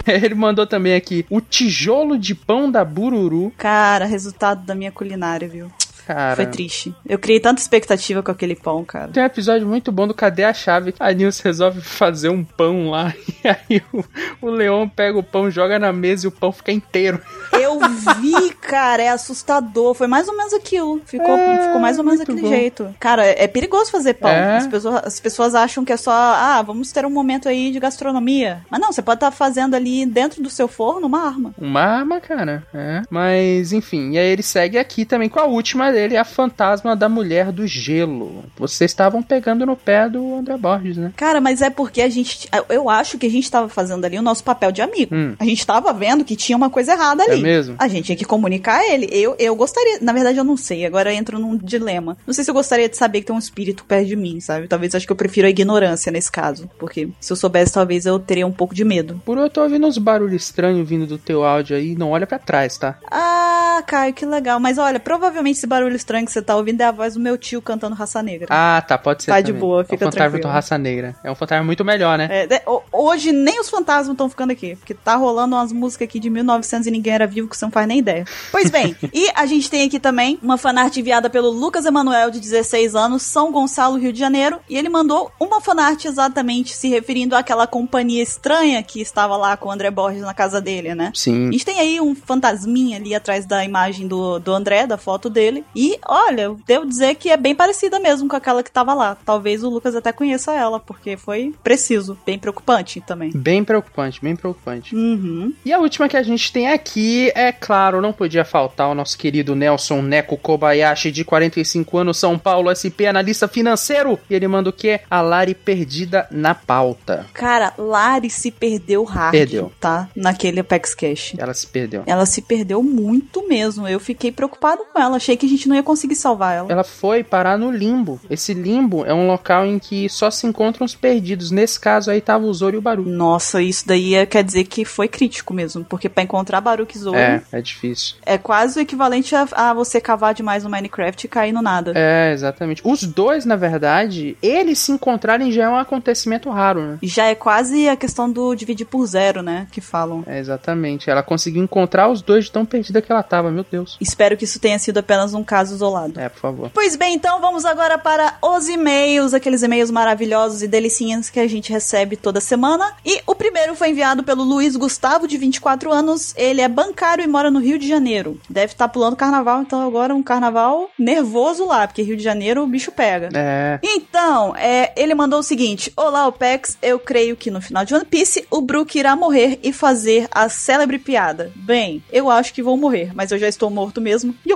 Speaker 5: Ele mandou também aqui o tijolo de pão da Bururu.
Speaker 2: Cara, resultado da minha culinária, viu?
Speaker 5: Cara.
Speaker 2: Foi triste. Eu criei tanta expectativa com aquele pão, cara.
Speaker 5: Tem um episódio muito bom do Cadê a Chave? A Nilce resolve fazer um pão lá. E aí o, o Leon pega o pão, joga na mesa e o pão fica inteiro.
Speaker 2: Eu vi, cara, é assustador. Foi mais ou menos aquilo. Ficou,
Speaker 5: É,
Speaker 2: ficou mais ou menos
Speaker 5: muito
Speaker 2: daquele
Speaker 5: bom.
Speaker 2: jeito. Cara, é perigoso fazer pão.
Speaker 5: É.
Speaker 2: As, pessoas, as pessoas acham que é só, ah, vamos ter um momento aí de gastronomia. Mas não, você pode estar fazendo ali dentro do seu forno uma arma.
Speaker 5: Uma arma, cara. Um É. Mas, enfim. E aí ele segue aqui também com a última dele, a fantasma da mulher do gelo. Vocês estavam pegando no pé do André Borges, né?
Speaker 2: Cara, mas é porque a gente. Eu acho que a gente tava fazendo ali o nosso papel de amigo.
Speaker 5: Hum.
Speaker 2: A gente tava vendo que tinha uma coisa errada
Speaker 5: É
Speaker 2: ali.
Speaker 5: mesmo?
Speaker 2: A gente tinha que comunicar a ele. Eu, eu gostaria. Na verdade, eu não sei. Agora eu entro num dilema. Não sei se eu gostaria de saber que tem um espírito perto de mim, sabe? Talvez eu acho que eu prefiro a ignorância nesse caso. Porque se eu soubesse, talvez eu teria um pouco de medo.
Speaker 5: Por eu tô ouvindo uns barulhos estranhos vindo do teu áudio aí. Não olha pra trás, tá?
Speaker 2: Ah, Caio, que legal. Mas olha, provavelmente esse barulho estranho que você tá ouvindo é a voz do meu tio cantando raça negra.
Speaker 5: Ah, tá, pode ser.
Speaker 2: Tá de
Speaker 5: também.
Speaker 2: boa,
Speaker 5: é
Speaker 2: fica
Speaker 5: um fantasma
Speaker 2: tranquilo.
Speaker 5: do raça negra. É um fantasma muito melhor, né?
Speaker 2: É, de- ho- hoje nem os fantasmas estão ficando aqui, porque tá rolando umas músicas aqui de 1900 e ninguém era vivo, que você não faz nem ideia. Pois bem, e a gente tem aqui também uma fanart enviada pelo Lucas Emanuel, de 16 anos, São Gonçalo, Rio de Janeiro, e ele mandou uma fanart exatamente se referindo àquela companhia estranha que estava lá com o André Borges na casa dele, né?
Speaker 5: Sim.
Speaker 2: A gente tem aí um fantasminha ali atrás da imagem do, do André, da foto dele. E olha, devo dizer que é bem parecida mesmo com aquela que tava lá. Talvez o Lucas até conheça ela, porque foi preciso, bem preocupante também.
Speaker 5: Bem preocupante, bem preocupante.
Speaker 2: Uhum.
Speaker 5: E a última que a gente tem aqui é, claro, não podia faltar o nosso querido Nelson Neco Kobayashi, de 45 anos, São Paulo, SP, analista financeiro. E ele manda o quê? A Lari perdida na pauta.
Speaker 2: Cara, Lari se perdeu hard,
Speaker 5: Perdeu.
Speaker 2: tá? Naquele Apex Cash.
Speaker 5: Ela se perdeu.
Speaker 2: Ela se perdeu muito mesmo. Eu fiquei preocupado com ela. Achei que a gente não ia conseguir salvar ela.
Speaker 5: Ela foi parar no limbo. Esse limbo é um local em que só se encontram os perdidos. Nesse caso aí tava o Zoro e o Baru.
Speaker 2: Nossa, isso daí é- quer dizer que foi crítico mesmo. Porque pra encontrar Baruch Zoro
Speaker 5: É, é difícil.
Speaker 2: É quase o equivalente a, a você cavar demais no Minecraft e cair no nada.
Speaker 5: É, exatamente. Os dois, na verdade, eles se encontrarem já é um acontecimento raro, né?
Speaker 2: Já é quase a questão do dividir por zero, né? Que falam.
Speaker 5: É, exatamente. Ela conseguiu encontrar os dois de tão perdida que ela tava, meu Deus.
Speaker 2: Espero que isso tenha sido apenas um caso isolado.
Speaker 5: É, por favor.
Speaker 2: Pois bem, então vamos agora para os e-mails, aqueles e-mails maravilhosos e delicinhas que a gente recebe toda semana. E o primeiro foi enviado pelo Luiz Gustavo, de 24 anos. Ele é bancário e mora no Rio de Janeiro. Deve estar pulando carnaval, então agora é um carnaval nervoso lá, porque Rio de Janeiro o bicho pega.
Speaker 5: É.
Speaker 2: Então, é, ele mandou o seguinte: Olá, OPEX. Eu creio que no final de One Piece o Brook irá morrer e fazer a célebre piada. Bem, eu acho que vou morrer, mas eu já estou morto mesmo.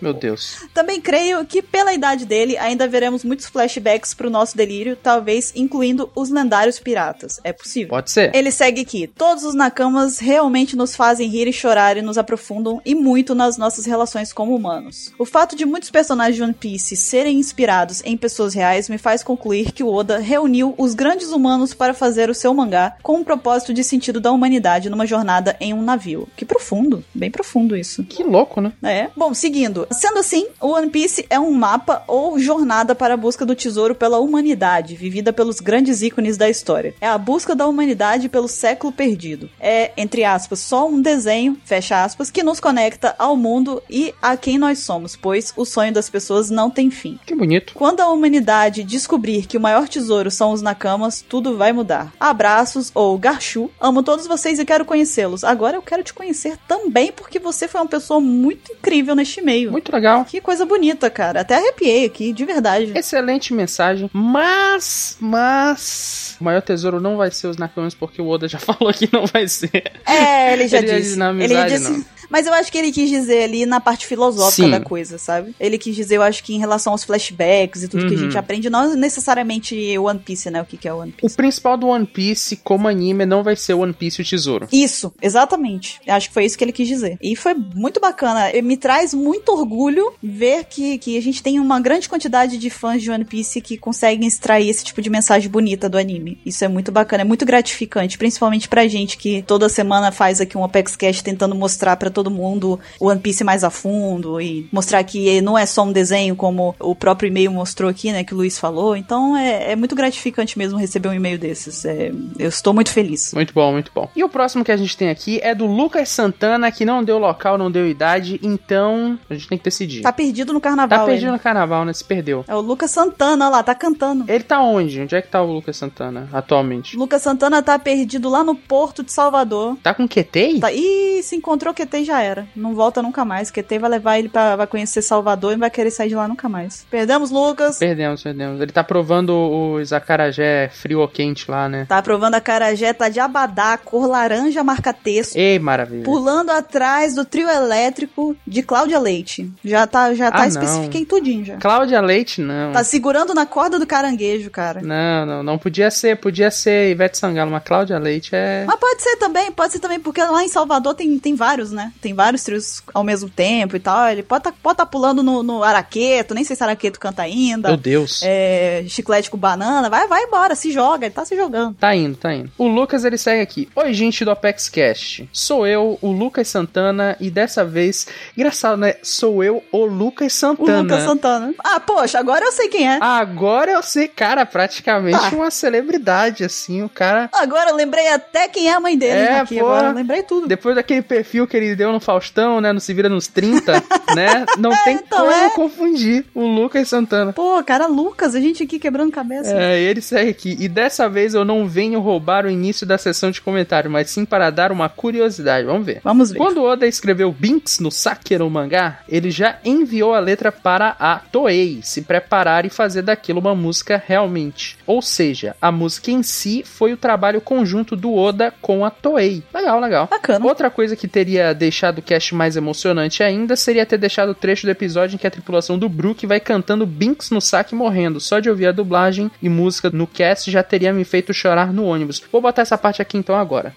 Speaker 5: Meu Deus.
Speaker 2: Também creio que, pela idade dele, ainda veremos muitos flashbacks pro nosso delírio, talvez incluindo os lendários piratas. É possível.
Speaker 5: Pode ser.
Speaker 2: Ele segue aqui. Todos os Nakamas realmente nos fazem rir e chorar e nos aprofundam e muito nas nossas relações como humanos. O fato de muitos personagens de One Piece serem inspirados em pessoas reais me faz concluir que o Oda reuniu os grandes humanos para fazer o seu mangá com um propósito de sentido da humanidade numa jornada em um navio. Que profundo, bem profundo isso.
Speaker 5: Que louco, né?
Speaker 2: É. Bom, seguindo. Sendo assim, o One Piece é um mapa ou jornada para a busca do tesouro pela humanidade, vivida pelos grandes ícones da história. É a busca da humanidade pelo século perdido. É, entre aspas, só um desenho, fecha aspas, que nos conecta ao mundo e a quem nós somos, pois o sonho das pessoas não tem fim.
Speaker 5: Que bonito.
Speaker 2: Quando a humanidade descobrir que o maior tesouro são os Nakamas, tudo vai mudar. Abraços ou Garchu. Amo todos vocês e quero conhecê-los. Agora eu quero te conhecer também porque você foi uma pessoa muito incrível neste meio.
Speaker 5: Muito legal.
Speaker 2: Que coisa bonita, cara. Até arrepiei aqui, de verdade.
Speaker 5: Excelente mensagem, mas, mas, o maior tesouro não vai ser os Nakamas, porque o Oda já falou que não vai ser.
Speaker 2: É, ele já
Speaker 5: Ele
Speaker 2: disse.
Speaker 5: disse na amizade, não.
Speaker 2: Mas eu acho que ele quis dizer ali na parte filosófica
Speaker 5: Sim.
Speaker 2: da coisa, sabe? Ele quis dizer, eu acho que em relação aos flashbacks e tudo que a
Speaker 5: Uhum.
Speaker 2: gente aprende, não necessariamente One Piece, né? O que, que é One
Speaker 5: O
Speaker 2: Piece.
Speaker 5: principal do One Piece como anime não vai ser One Piece e o Tesouro.
Speaker 2: Isso, exatamente. Eu Acho que foi isso que ele quis dizer. E foi muito bacana. E Me traz muito orgulho ver que, que a gente tem uma grande quantidade de fãs de One Piece que conseguem extrair esse tipo de mensagem bonita do anime. Isso é muito bacana, é muito gratificante, principalmente pra gente que toda semana faz aqui um Apex Cash tentando mostrar pra todo mundo o One Piece mais a fundo e mostrar que não é só um desenho, como o próprio e-mail mostrou aqui, né? Que o Luiz falou. Então é, é muito gratificante mesmo receber um e-mail desses. É, eu estou muito feliz.
Speaker 5: Muito bom, muito bom. E o próximo que a gente tem aqui é do Lucas Santana, que não deu local, não deu idade, então a gente tem que decidir.
Speaker 2: Tá perdido no carnaval.
Speaker 5: Tá perdido
Speaker 2: ele.
Speaker 5: no carnaval, né? Se perdeu.
Speaker 2: É o Lucas Santana, olha lá, tá cantando.
Speaker 5: Ele tá onde? Onde é que tá o Lucas Santana atualmente?
Speaker 2: Lucas Santana tá perdido lá no Porto de Salvador.
Speaker 5: Tá com QT?
Speaker 2: Tá, e se encontrou QT já era. Não volta nunca mais. QT vai levar ele pra vai conhecer Salvador e não vai querer sair de lá nunca mais. Perdemos Lucas.
Speaker 5: Perdemos, perdemos. Ele tá provando os acarajé frio ou quente lá, né?
Speaker 2: Tá aprovando a carajé, tá de abadá, cor laranja, marca texto.
Speaker 5: Ei, maravilha.
Speaker 2: Pulando atrás do trio elétrico de Cláudia Leite. Já tá, já tá
Speaker 5: Ah, não.
Speaker 2: especifiquei tudinho já.
Speaker 5: Cláudia Leite, não.
Speaker 2: Tá segurando na corda do caranguejo, cara.
Speaker 5: Não, não, não podia ser, podia ser Ivete Sangalo, mas Cláudia Leite é.
Speaker 2: Mas pode ser também, pode ser também, porque lá em Salvador tem, tem vários, né? Tem vários trios ao mesmo tempo e tal. Ele pode tá, pode tá pulando no, no araqueto, nem sei se araqueto canta ainda.
Speaker 5: Meu Deus.
Speaker 2: É, chiclete com banana, vai, vai embora, se joga, ele tá se jogando.
Speaker 5: Tá indo, tá indo. O Lucas ele segue aqui. Oi, gente do Apex Cast. Sou eu, o Lucas Santana, e dessa vez, engraçado, né? Sou eu, o Lucas
Speaker 2: O
Speaker 5: Santana.
Speaker 2: Lucas Santana. Ah, poxa, agora eu sei quem é.
Speaker 5: Agora eu sei, cara, praticamente
Speaker 2: Tá.
Speaker 5: uma celebridade, assim, o cara.
Speaker 2: Agora eu lembrei até quem é a mãe dele
Speaker 5: É,
Speaker 2: aqui
Speaker 5: pô.
Speaker 2: agora. eu Lembrei tudo.
Speaker 5: Depois daquele perfil que ele deu no Faustão, né? No Se Vira nos 30, né? Não tem
Speaker 2: então
Speaker 5: como
Speaker 2: é.
Speaker 5: confundir o Lucas Santana.
Speaker 2: Pô, cara, Lucas, a gente aqui quebrando cabeça.
Speaker 5: É, ele segue aqui. E dessa vez eu não venho roubar o início da sessão de comentário, mas sim para dar uma curiosidade. Vamos ver.
Speaker 2: Vamos ver.
Speaker 5: Quando Oda escreveu Binks no Sakero mangá, ele já enviou a letra para a Toei se preparar e fazer daquilo uma música realmente. Ou seja, a música em si foi o trabalho conjunto do Oda com a Toei. Legal, legal.
Speaker 2: Bacana.
Speaker 5: Outra coisa que teria deixado o cast mais emocionante ainda seria ter deixado o trecho do episódio em que a tripulação do Brook vai cantando Binks no saque morrendo. Só de ouvir a dublagem e música no cast já teria me feito chorar no ônibus. Vou botar essa parte aqui então agora.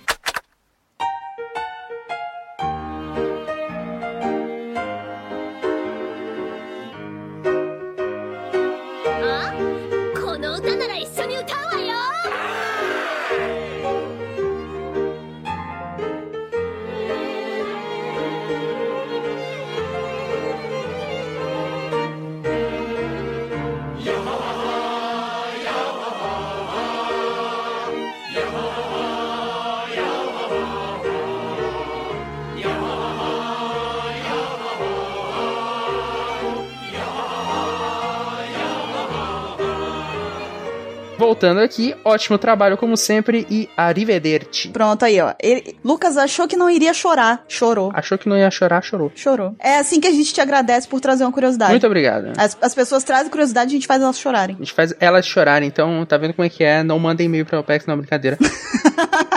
Speaker 8: Yeah.
Speaker 5: Voltando aqui, ótimo trabalho como sempre e arrivederci.
Speaker 2: Pronto, aí, ó. Ele- Lucas achou que não iria chorar. Chorou.
Speaker 5: Achou que não ia chorar, chorou.
Speaker 2: Chorou. É assim que a gente te agradece por trazer uma curiosidade.
Speaker 5: Muito obrigado.
Speaker 2: As, as pessoas trazem curiosidade e a gente faz elas chorarem.
Speaker 5: A gente faz elas chorarem, então tá vendo como é que é? Não mandem e-mail pra OPEX, não, brincadeira.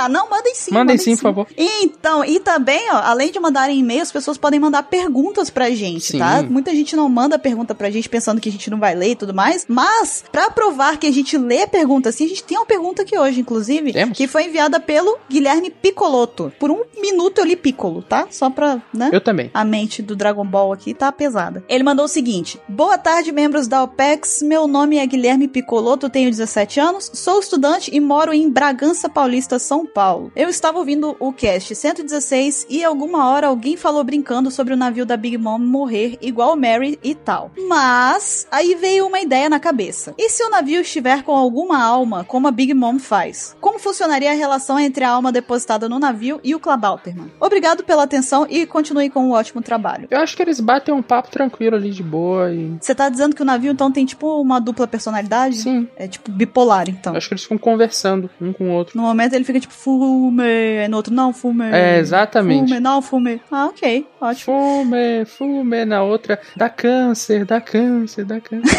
Speaker 2: não, mandem sim.
Speaker 5: mandem sim, por favor.
Speaker 2: Então, e também, ó, além de mandarem e-mail, as pessoas podem mandar perguntas pra gente,
Speaker 5: Sim.
Speaker 2: tá? Muita gente não manda pergunta pra gente pensando que a gente não vai ler e tudo mais, mas pra provar que a gente lê a pergunta assim, a gente tem uma pergunta aqui hoje, inclusive,
Speaker 5: Temos?
Speaker 2: que foi enviada pelo Guilherme Picolotto. Por um minuto eu li Piccolo, tá? Só pra, né?
Speaker 5: Eu também.
Speaker 2: A mente do Dragon Ball aqui tá pesada. Ele mandou o seguinte: Boa tarde, membros da OPEX. Meu nome é Guilherme Picoloto, tenho 17 anos, sou estudante e moro em Bragança Paulista, São Paulo. Eu estava ouvindo o cast 116 e alguma hora alguém falou brincando sobre o navio da Big Mom morrer igual Mary e tal. Mas aí veio uma ideia na cabeça. E se o navio estiver com alguma alma, como a Big Mom faz? Como funcionaria a relação entre a alma depositada no navio e o Klabauterman? Obrigado pela atenção e continue com um ótimo trabalho.
Speaker 5: Eu acho que eles batem um papo tranquilo ali de boa e.
Speaker 2: Você tá dizendo que o navio então tem tipo uma dupla personalidade?
Speaker 5: Sim,
Speaker 2: É tipo bipolar então.
Speaker 5: eu acho que eles ficam conversando um com o outro.
Speaker 2: No momento ele fica tipo fume, aí no outro não fume.
Speaker 5: É, exatamente.
Speaker 2: Fume, não fume. Ah, ok, ótimo.
Speaker 5: Fume, fume, na outra, dá câncer, dá câncer, dá câncer.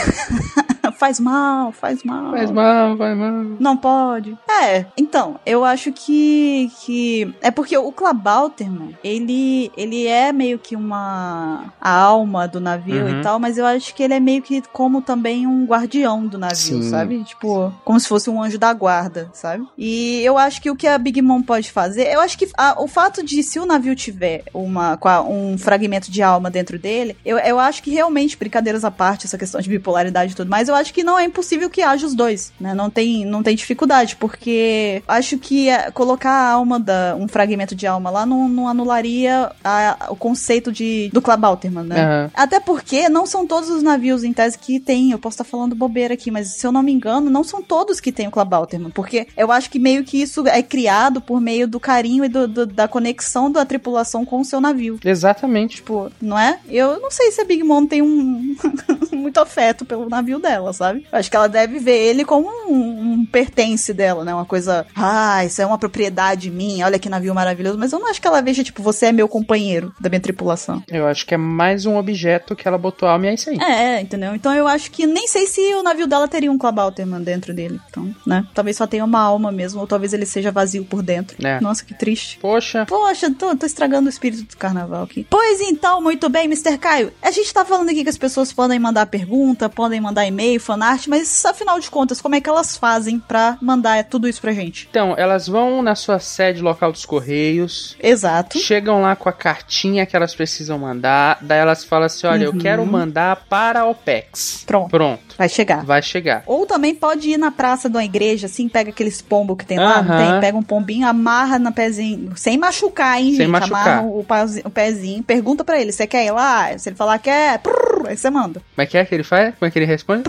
Speaker 2: faz mal, faz mal.
Speaker 5: Faz mal, vai mal.
Speaker 2: Não pode. É, então, eu acho que. que é porque o Klabauterman, ele, ele é meio que uma. a alma do navio
Speaker 5: Uhum.
Speaker 2: e tal, mas eu acho que ele é meio que como também um guardião do navio,
Speaker 5: Sim.
Speaker 2: sabe? Tipo, como se fosse um anjo da guarda, sabe? E eu acho que o que a Big Mom pode fazer. Eu acho que a- o fato de se o navio tiver uma, com a- um fragmento de alma dentro dele, eu, eu acho que realmente, brincadeiras à parte, essa questão de bipolaridade e tudo mais, eu acho que não é impossível que haja os dois, né? Não tem, não tem dificuldade, porque acho que eh, colocar a alma da, um fragmento de alma lá não, não anularia a- o conceito de, do Klabauterman, né?
Speaker 5: Aham.
Speaker 2: Até porque não são todos os navios em tese que tem. Eu posso estar falando bobeira aqui, mas se eu não me engano, não são todos que tem o Klabauterman. Porque eu acho que meio que isso é criado por meio do carinho e do- do- da conexão da tripulação com o seu navio.
Speaker 5: Exatamente.
Speaker 2: Tipo, não é? Eu não sei se a Big Mom tem um muito afeto pelo navio dela, sabe? Eu acho que ela deve ver ele como um, um pertence dela, né? Uma coisa, ah, isso é uma propriedade minha, olha que navio maravilhoso. Mas eu não acho que ela veja, tipo, você é meu companheiro da minha tripulação.
Speaker 5: Eu acho que é mais um objeto que ela botou alma e é isso aí.
Speaker 2: É, entendeu? Então eu acho que nem sei se o navio dela teria um Klabauterman dentro dele. Então, né? Talvez só tenha uma alma mesmo, ou talvez ele seja vazio por dentro.
Speaker 5: É.
Speaker 2: Nossa, que triste.
Speaker 5: Poxa,
Speaker 2: Poxa, tô, tô estragando o espírito do carnaval aqui. Pois então, muito bem, Mr. Caio. A gente tá falando aqui que as pessoas podem mandar pergunta, podem mandar e-mail, fanart, mas afinal de contas, como é que elas fazem pra mandar tudo isso pra gente?
Speaker 5: então, elas vão na sua sede local dos Correios,
Speaker 2: Exato.
Speaker 5: Chegam lá com a cartinha que elas precisam mandar, daí elas falam assim: olha, eu
Speaker 2: Uhum.
Speaker 5: quero mandar para a OPEX.
Speaker 2: Pronto.
Speaker 5: Pronto,
Speaker 2: Vai chegar.
Speaker 5: vai chegar.
Speaker 2: Ou também pode ir na praça de uma igreja, assim, pega aqueles pombos que tem lá, não
Speaker 5: Aham.
Speaker 2: tem? Pega um pombinho, amarra na pezinho, sem machucar, hein,
Speaker 5: Sem
Speaker 2: gente?
Speaker 5: machucar.
Speaker 2: Amarra o, pauzi- o pezinho, pergunta pra ele, você quer ir lá? Se ele falar que é, prrr, aí você manda.
Speaker 5: Como é que é que ele faz? Como é que ele responde?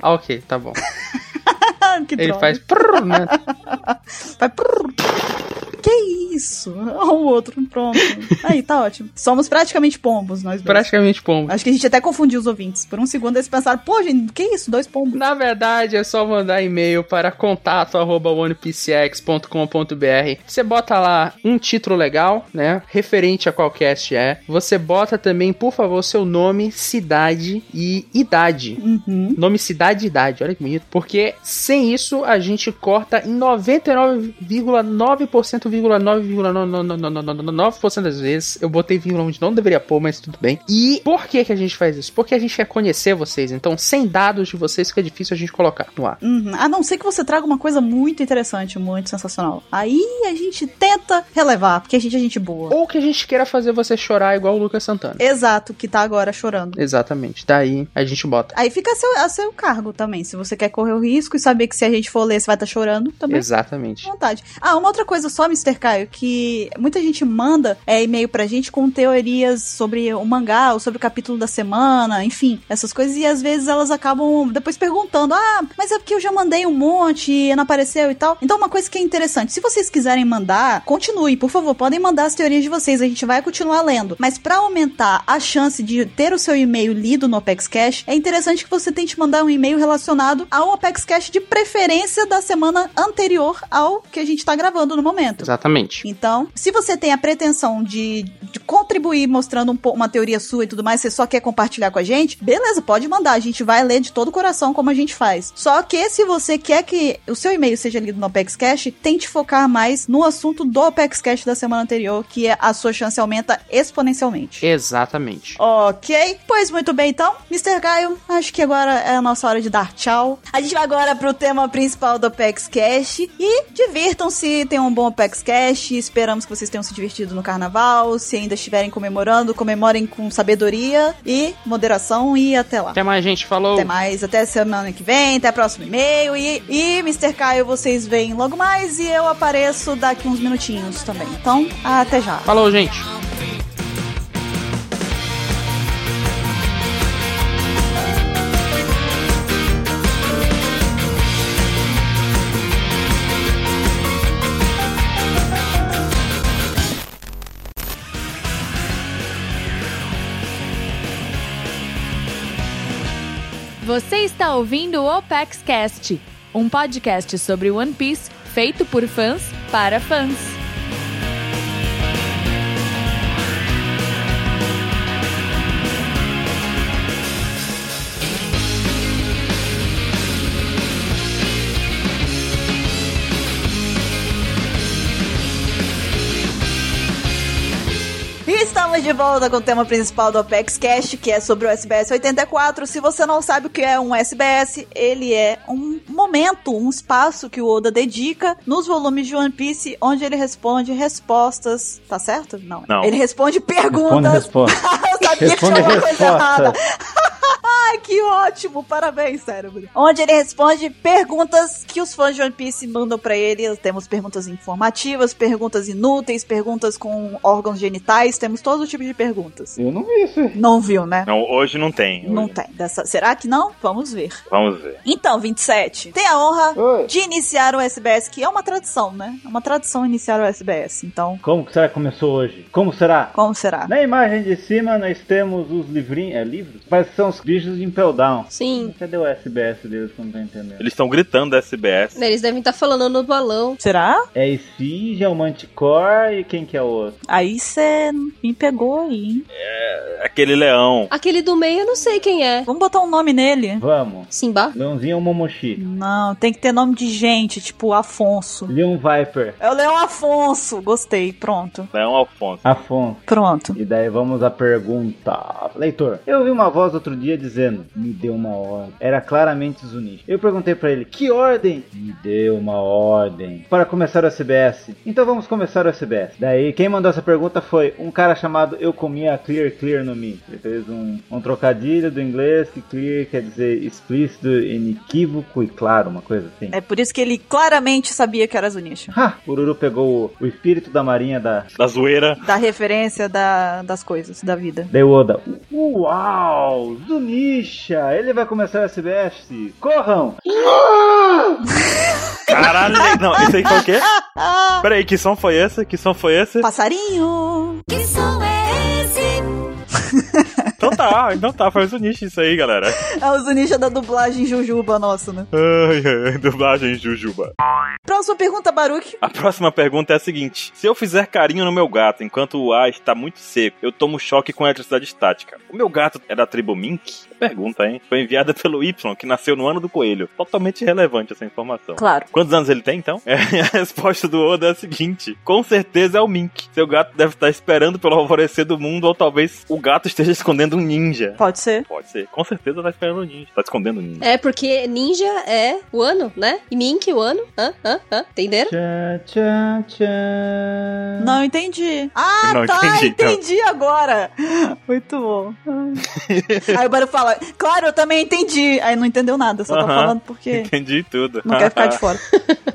Speaker 5: Ah, ok, tá bom.
Speaker 2: que
Speaker 5: Ele
Speaker 2: droga.
Speaker 5: faz. prrr, né?
Speaker 2: Vai prrr. Que isso? Olha o outro, pronto. Aí, tá ótimo. Somos praticamente pombos, nós dois.
Speaker 5: Praticamente pombo.
Speaker 2: Acho que a gente até confundiu os ouvintes. Por um segundo eles pensaram, pô, gente, que isso? Dois pombos.
Speaker 5: Na verdade, é só mandar e-mail para contato@onepcx.com.br. Você bota lá um título legal, né? Referente a qual cast é. Você bota também, por favor, seu nome, cidade e idade.
Speaker 2: Uhum.
Speaker 5: Nome, cidade e idade, olha que bonito. Porque sem isso a gente corta em 99,9% das vezes. Eu botei vírgula onde não deveria pôr, mas tudo bem. E por que, que a gente faz isso? Porque a gente quer conhecer vocês. Então, sem dados de vocês, fica difícil a gente colocar no ar.
Speaker 2: Uhum. A não ser que você traga uma coisa muito interessante, muito sensacional. Aí a gente tenta relevar, porque a gente é gente boa.
Speaker 5: Ou que a gente queira fazer você chorar igual o Lucas Santana.
Speaker 2: Exato, que tá agora chorando.
Speaker 5: Exatamente. Daí a gente bota.
Speaker 2: Aí fica a seu, a seu cargo também. Se você quer correr o risco e saber que se a gente for ler, você vai estar tá chorando, também
Speaker 5: Exatamente.
Speaker 2: fica à vontade. Ah, uma outra coisa só, Mr. Caio, que muita gente manda é, e-mail pra gente com teorias sobre o mangá ou sobre o capítulo da semana, enfim, essas coisas. E às vezes elas acabam depois perguntando: ah, mas é porque eu já mandei um monte e não apareceu e tal. Então, uma coisa que é interessante: se vocês quiserem mandar, continue, por favor, podem mandar as teorias de vocês, a gente vai continuar lendo. Mas pra aumentar a chance de ter o seu e-mail lido no Apex Cash, é interessante que você tente mandar um e-mail relacionado ao Apex Cash de preferência da semana anterior ao que a gente tá gravando no momento.
Speaker 5: Exatamente.
Speaker 2: Então, se você tem a pretensão de, de contribuir mostrando um po- uma teoria sua e tudo mais, você só quer compartilhar com a gente, beleza, pode mandar. A gente vai ler de todo o coração como a gente faz. Só que se você quer que o seu e-mail seja lido no Apex Cash, tente focar mais no assunto do Apex Cash da semana anterior, que é a sua chance aumenta exponencialmente.
Speaker 5: Exatamente.
Speaker 2: Ok, pois muito bem então, Mr. Gaio, acho que agora é a nossa hora de dar tchau. A gente vai agora pro tema principal do Apex Cash e divirtam-se, tenham um bom Apex Cash, esperamos que vocês tenham se divertido no carnaval, se ainda estiverem comemorando, comemorem com sabedoria e moderação e até lá.
Speaker 5: Até mais, gente. Falou.
Speaker 2: Até mais, até semana que vem, até próximo e-mail e, e Mr. Caio, vocês vêm logo mais e eu apareço daqui uns minutinhos também. Então, até já.
Speaker 5: Falou, gente.
Speaker 9: Você está ouvindo o Opex Cast, um podcast sobre One Piece feito por fãs para fãs.
Speaker 2: E estamos de volta com o tema principal do Apex Cast, que é sobre o SBS 84. Se você não sabe o que é um SBS, ele é um momento, um espaço que o Oda dedica nos volumes de One Piece, onde ele responde respostas. Tá certo? Não.
Speaker 3: Não.
Speaker 2: Ele responde
Speaker 4: Responde,
Speaker 2: perguntas.
Speaker 4: responde.
Speaker 2: Eu sabia que tinha
Speaker 4: Responde
Speaker 2: uma coisa errada.
Speaker 4: resposta.
Speaker 2: Ai, que ótimo! Parabéns, cérebro. Onde ele responde perguntas que os fãs de One Piece mandam pra ele. Temos perguntas informativas, perguntas inúteis, perguntas com órgãos genitais, temos todo tipo de perguntas.
Speaker 4: Eu não vi isso.
Speaker 2: Não viu, né?
Speaker 3: Não, hoje não tem.
Speaker 2: Não
Speaker 3: hoje.
Speaker 2: tem. Dessa... Será que não? Vamos ver.
Speaker 3: Vamos ver.
Speaker 2: Então, 27. Tem a honra
Speaker 4: Oi.
Speaker 2: de iniciar o SBS, que é uma tradição, né? É uma tradição iniciar o SBS. Então,
Speaker 4: Como que será que começou hoje? Como será?
Speaker 2: como será?
Speaker 4: Na imagem de cima nós temos os livrinhos. É livros? Mas são os bichos de Impel Down.
Speaker 1: Sim.
Speaker 4: Cadê o SBS deles que eu não tô entendendo?
Speaker 3: Eles estão gritando SBS.
Speaker 1: Eles devem estar falando no balão.
Speaker 2: Será?
Speaker 4: É Esfinge, é o Manticore e quem que é o outro?
Speaker 2: Aí você me pegou aí, hein?
Speaker 3: Aquele leão.
Speaker 1: Aquele do meio eu não sei quem é.
Speaker 2: Vamos botar um nome nele?
Speaker 4: Vamos.
Speaker 1: Simba?
Speaker 4: Leãozinho ou Momoshi?
Speaker 2: Não, tem que ter nome de gente, tipo Afonso.
Speaker 4: Leon Viper.
Speaker 2: É o Leão Afonso. Gostei, pronto.
Speaker 3: Leão Alfonso.
Speaker 4: Afonso.
Speaker 2: Pronto.
Speaker 4: E daí vamos à pergunta. Leitor, eu ouvi uma voz outro dia dizendo: Me deu uma ordem. Era claramente Zunichi. Eu perguntei pra ele: Que ordem? Me deu uma ordem. Para começar o SBS. Então vamos começar o SBS. Daí quem mandou essa pergunta foi um cara chamado Eu Comia Clear Clear no Mi. Ele fez um, um trocadilho do inglês que clear quer dizer explícito, inequívoco e claro, uma coisa assim.
Speaker 2: É por isso que ele claramente sabia que era Zunisha.
Speaker 4: Ha! Ururu pegou o, o espírito da marinha da
Speaker 3: Da zoeira.
Speaker 2: Da referência da- das coisas, da vida.
Speaker 4: Daí o Oda. Uau! Zunisha! Ele vai começar o SBS! Corram!
Speaker 3: Caralho. não, isso aí foi o quê?
Speaker 2: Ah,
Speaker 3: Peraí, que som foi esse? Que som foi esse?
Speaker 2: passarinho!
Speaker 6: Que som é esse?
Speaker 3: Então tá, então tá. Foi o Zunichi isso aí, galera.
Speaker 2: É o Zunisha da dublagem Jujuba nossa, né?
Speaker 3: Ai, ai, dublagem Jujuba.
Speaker 2: Próxima pergunta, Baruque.
Speaker 3: A próxima pergunta é a seguinte: Se eu fizer carinho no meu gato enquanto o ar está muito seco, eu tomo choque com a eletricidade estática. O meu gato é da tribo Mink? Pergunta, hein? Foi enviada pelo Y, que nasceu no ano do coelho. Totalmente irrelevante essa informação.
Speaker 2: Claro.
Speaker 3: Quantos anos ele tem, então? É, a resposta do Oda é a seguinte: Com certeza é o Mink. Seu gato deve estar esperando pelo alvorecer do mundo, ou talvez o gato esteja escondendo um ninja.
Speaker 2: Pode ser.
Speaker 3: Pode ser. Com certeza tá esperando um ninja. Tá escondendo um ninja.
Speaker 1: É porque ninja é o ano, né? E Mink o ano. Hã? Hã? Hã? Entenderam?
Speaker 2: É.
Speaker 4: Tchan, tchan, tchan.
Speaker 2: Não entendi. Ah,
Speaker 3: Não
Speaker 2: tá,
Speaker 3: entendi,
Speaker 2: entendi,
Speaker 3: então.
Speaker 2: agora. Muito bom. Ai. Aí o Baru fala, claro, eu também entendi. Aí não entendeu nada, só tá
Speaker 3: Aham.
Speaker 2: falando porque
Speaker 3: Entendi tudo.
Speaker 2: não quer ficar de fora.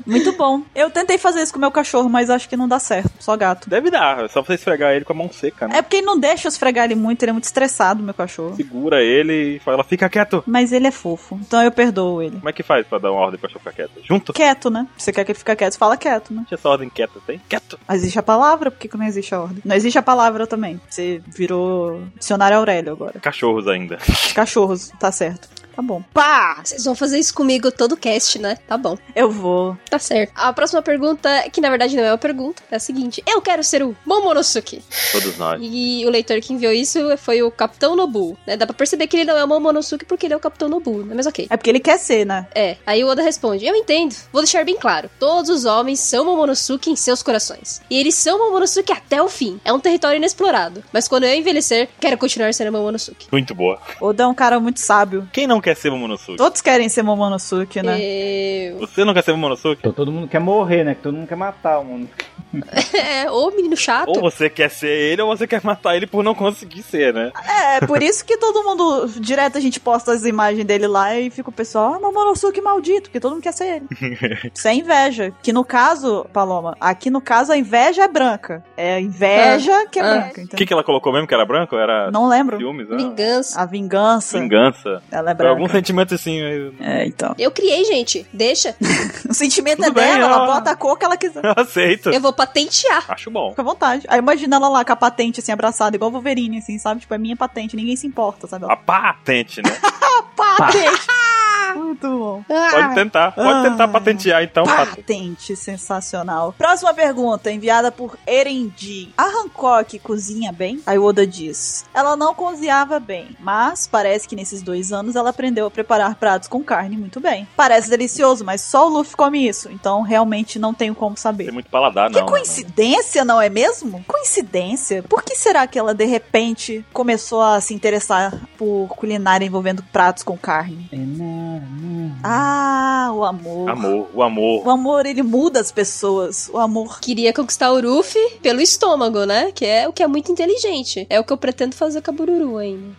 Speaker 2: Muito bom. Eu tentei fazer isso com o meu cachorro, mas acho que não dá certo, só gato.
Speaker 3: Deve dar, é só você esfregar ele com a mão seca, né?
Speaker 2: É porque ele não deixa eu esfregar ele muito, ele é muito estressado, meu cachorro.
Speaker 3: Segura ele e fala, fica quieto.
Speaker 2: Mas ele é fofo, então eu perdoo ele.
Speaker 3: Como é que faz pra dar uma ordem pra cachorro ficar quieto? Junto?
Speaker 2: Quieto, né? Você quer que ele fique quieto, fala quieto, né?
Speaker 3: Deixa essa ordem quieta, tem? Quieto!
Speaker 2: Mas Existe a palavra, por que que não existe a ordem? Não existe a palavra também. Você virou dicionário Aurélio agora.
Speaker 3: Cachorros ainda.
Speaker 2: Cachorros, tá certo. Tá bom. Pá!
Speaker 1: Vocês vão fazer isso comigo todo cast, né? Tá bom.
Speaker 2: Eu vou.
Speaker 1: Tá certo. A próxima pergunta, que na verdade não é uma pergunta, é a seguinte: Eu quero ser o Momonosuke.
Speaker 3: Todos nós.
Speaker 1: E o leitor que enviou isso foi o Capitão Nobu. Né? Dá pra perceber que ele não é o Momonosuke porque ele é o Capitão Nobu, né? Mas ok.
Speaker 2: É porque ele quer ser, né?
Speaker 1: É, aí o Oda responde: Eu entendo, vou deixar bem claro. Todos os homens são Momonosuke em seus corações. E eles são Momonosuke até o fim. É um território inexplorado. Mas quando eu envelhecer, quero continuar sendo Momonosuke.
Speaker 3: Muito boa.
Speaker 2: Oda é um cara muito sábio.
Speaker 3: Quem não quer ser Momonosuke?
Speaker 2: Todos querem ser Momonosuke, né?
Speaker 4: É,
Speaker 1: Eu...
Speaker 3: Você não quer ser Momonosuke?
Speaker 4: Então todo mundo quer morrer, né? Que todo mundo quer matar o mundo.
Speaker 1: É, ô menino chato.
Speaker 3: Ou você quer ser ele ou você quer matar ele por não conseguir ser, né?
Speaker 2: É, é por isso que todo mundo, direto a gente posta as imagens dele lá e fica o pessoal, ah, Momonosuke maldito, porque todo mundo quer ser ele. Isso é inveja. Que no caso, Paloma, aqui no caso a inveja é branca. É a inveja que é
Speaker 1: ah.
Speaker 2: branca.
Speaker 3: O
Speaker 2: entendeu?
Speaker 3: que, que ela colocou mesmo que era branco? Era
Speaker 2: Não lembro.
Speaker 3: ciúmes? né?
Speaker 4: Ah.
Speaker 1: Vingança.
Speaker 2: A vingança,
Speaker 3: Vingança.
Speaker 2: ela é
Speaker 3: Foi
Speaker 2: branca.
Speaker 3: algum sentimento assim. mas-
Speaker 2: É, então.
Speaker 1: Eu criei, gente. Deixa.
Speaker 2: O sentimento é
Speaker 3: Tudo bem,
Speaker 2: dela, ela
Speaker 3: ela-
Speaker 2: bota a cor que ela quiser.
Speaker 3: Eu aceito.
Speaker 1: Eu vou patentear.
Speaker 3: Acho bom.
Speaker 2: Fica à vontade. Aí imagina ela lá com a patente, assim, abraçada, igual Wolverine, assim, sabe? Tipo, é minha patente, ninguém se importa, sabe? Ela,
Speaker 3: A patente, né?
Speaker 2: patente! Muito bom.
Speaker 3: Pode tentar. Pode tentar
Speaker 2: Ah.
Speaker 3: patentear, então. Pat-
Speaker 2: Patente sensacional. Próxima pergunta, enviada por Erendi. A Hancock cozinha bem? Aí o Oda diz: Ela não cozinhava bem, mas parece que nesses dois anos ela aprendeu a preparar pratos com carne muito bem. Parece delicioso, mas só o Luffy come isso, então realmente não tenho como
Speaker 3: Tem
Speaker 2: saber.
Speaker 3: muito paladar, não.
Speaker 2: Que coincidência, não é mesmo? Coincidência? Por que será que ela de repente começou a se interessar por culinária envolvendo pratos com carne?
Speaker 4: É, não, não.
Speaker 2: Ah, o amor.
Speaker 3: Amor, o amor.
Speaker 2: O amor, ele muda as pessoas. O amor.
Speaker 1: Queria conquistar o Ruffy pelo estômago, né? Que é o que é muito inteligente. É o que eu pretendo fazer com a Bururu ainda.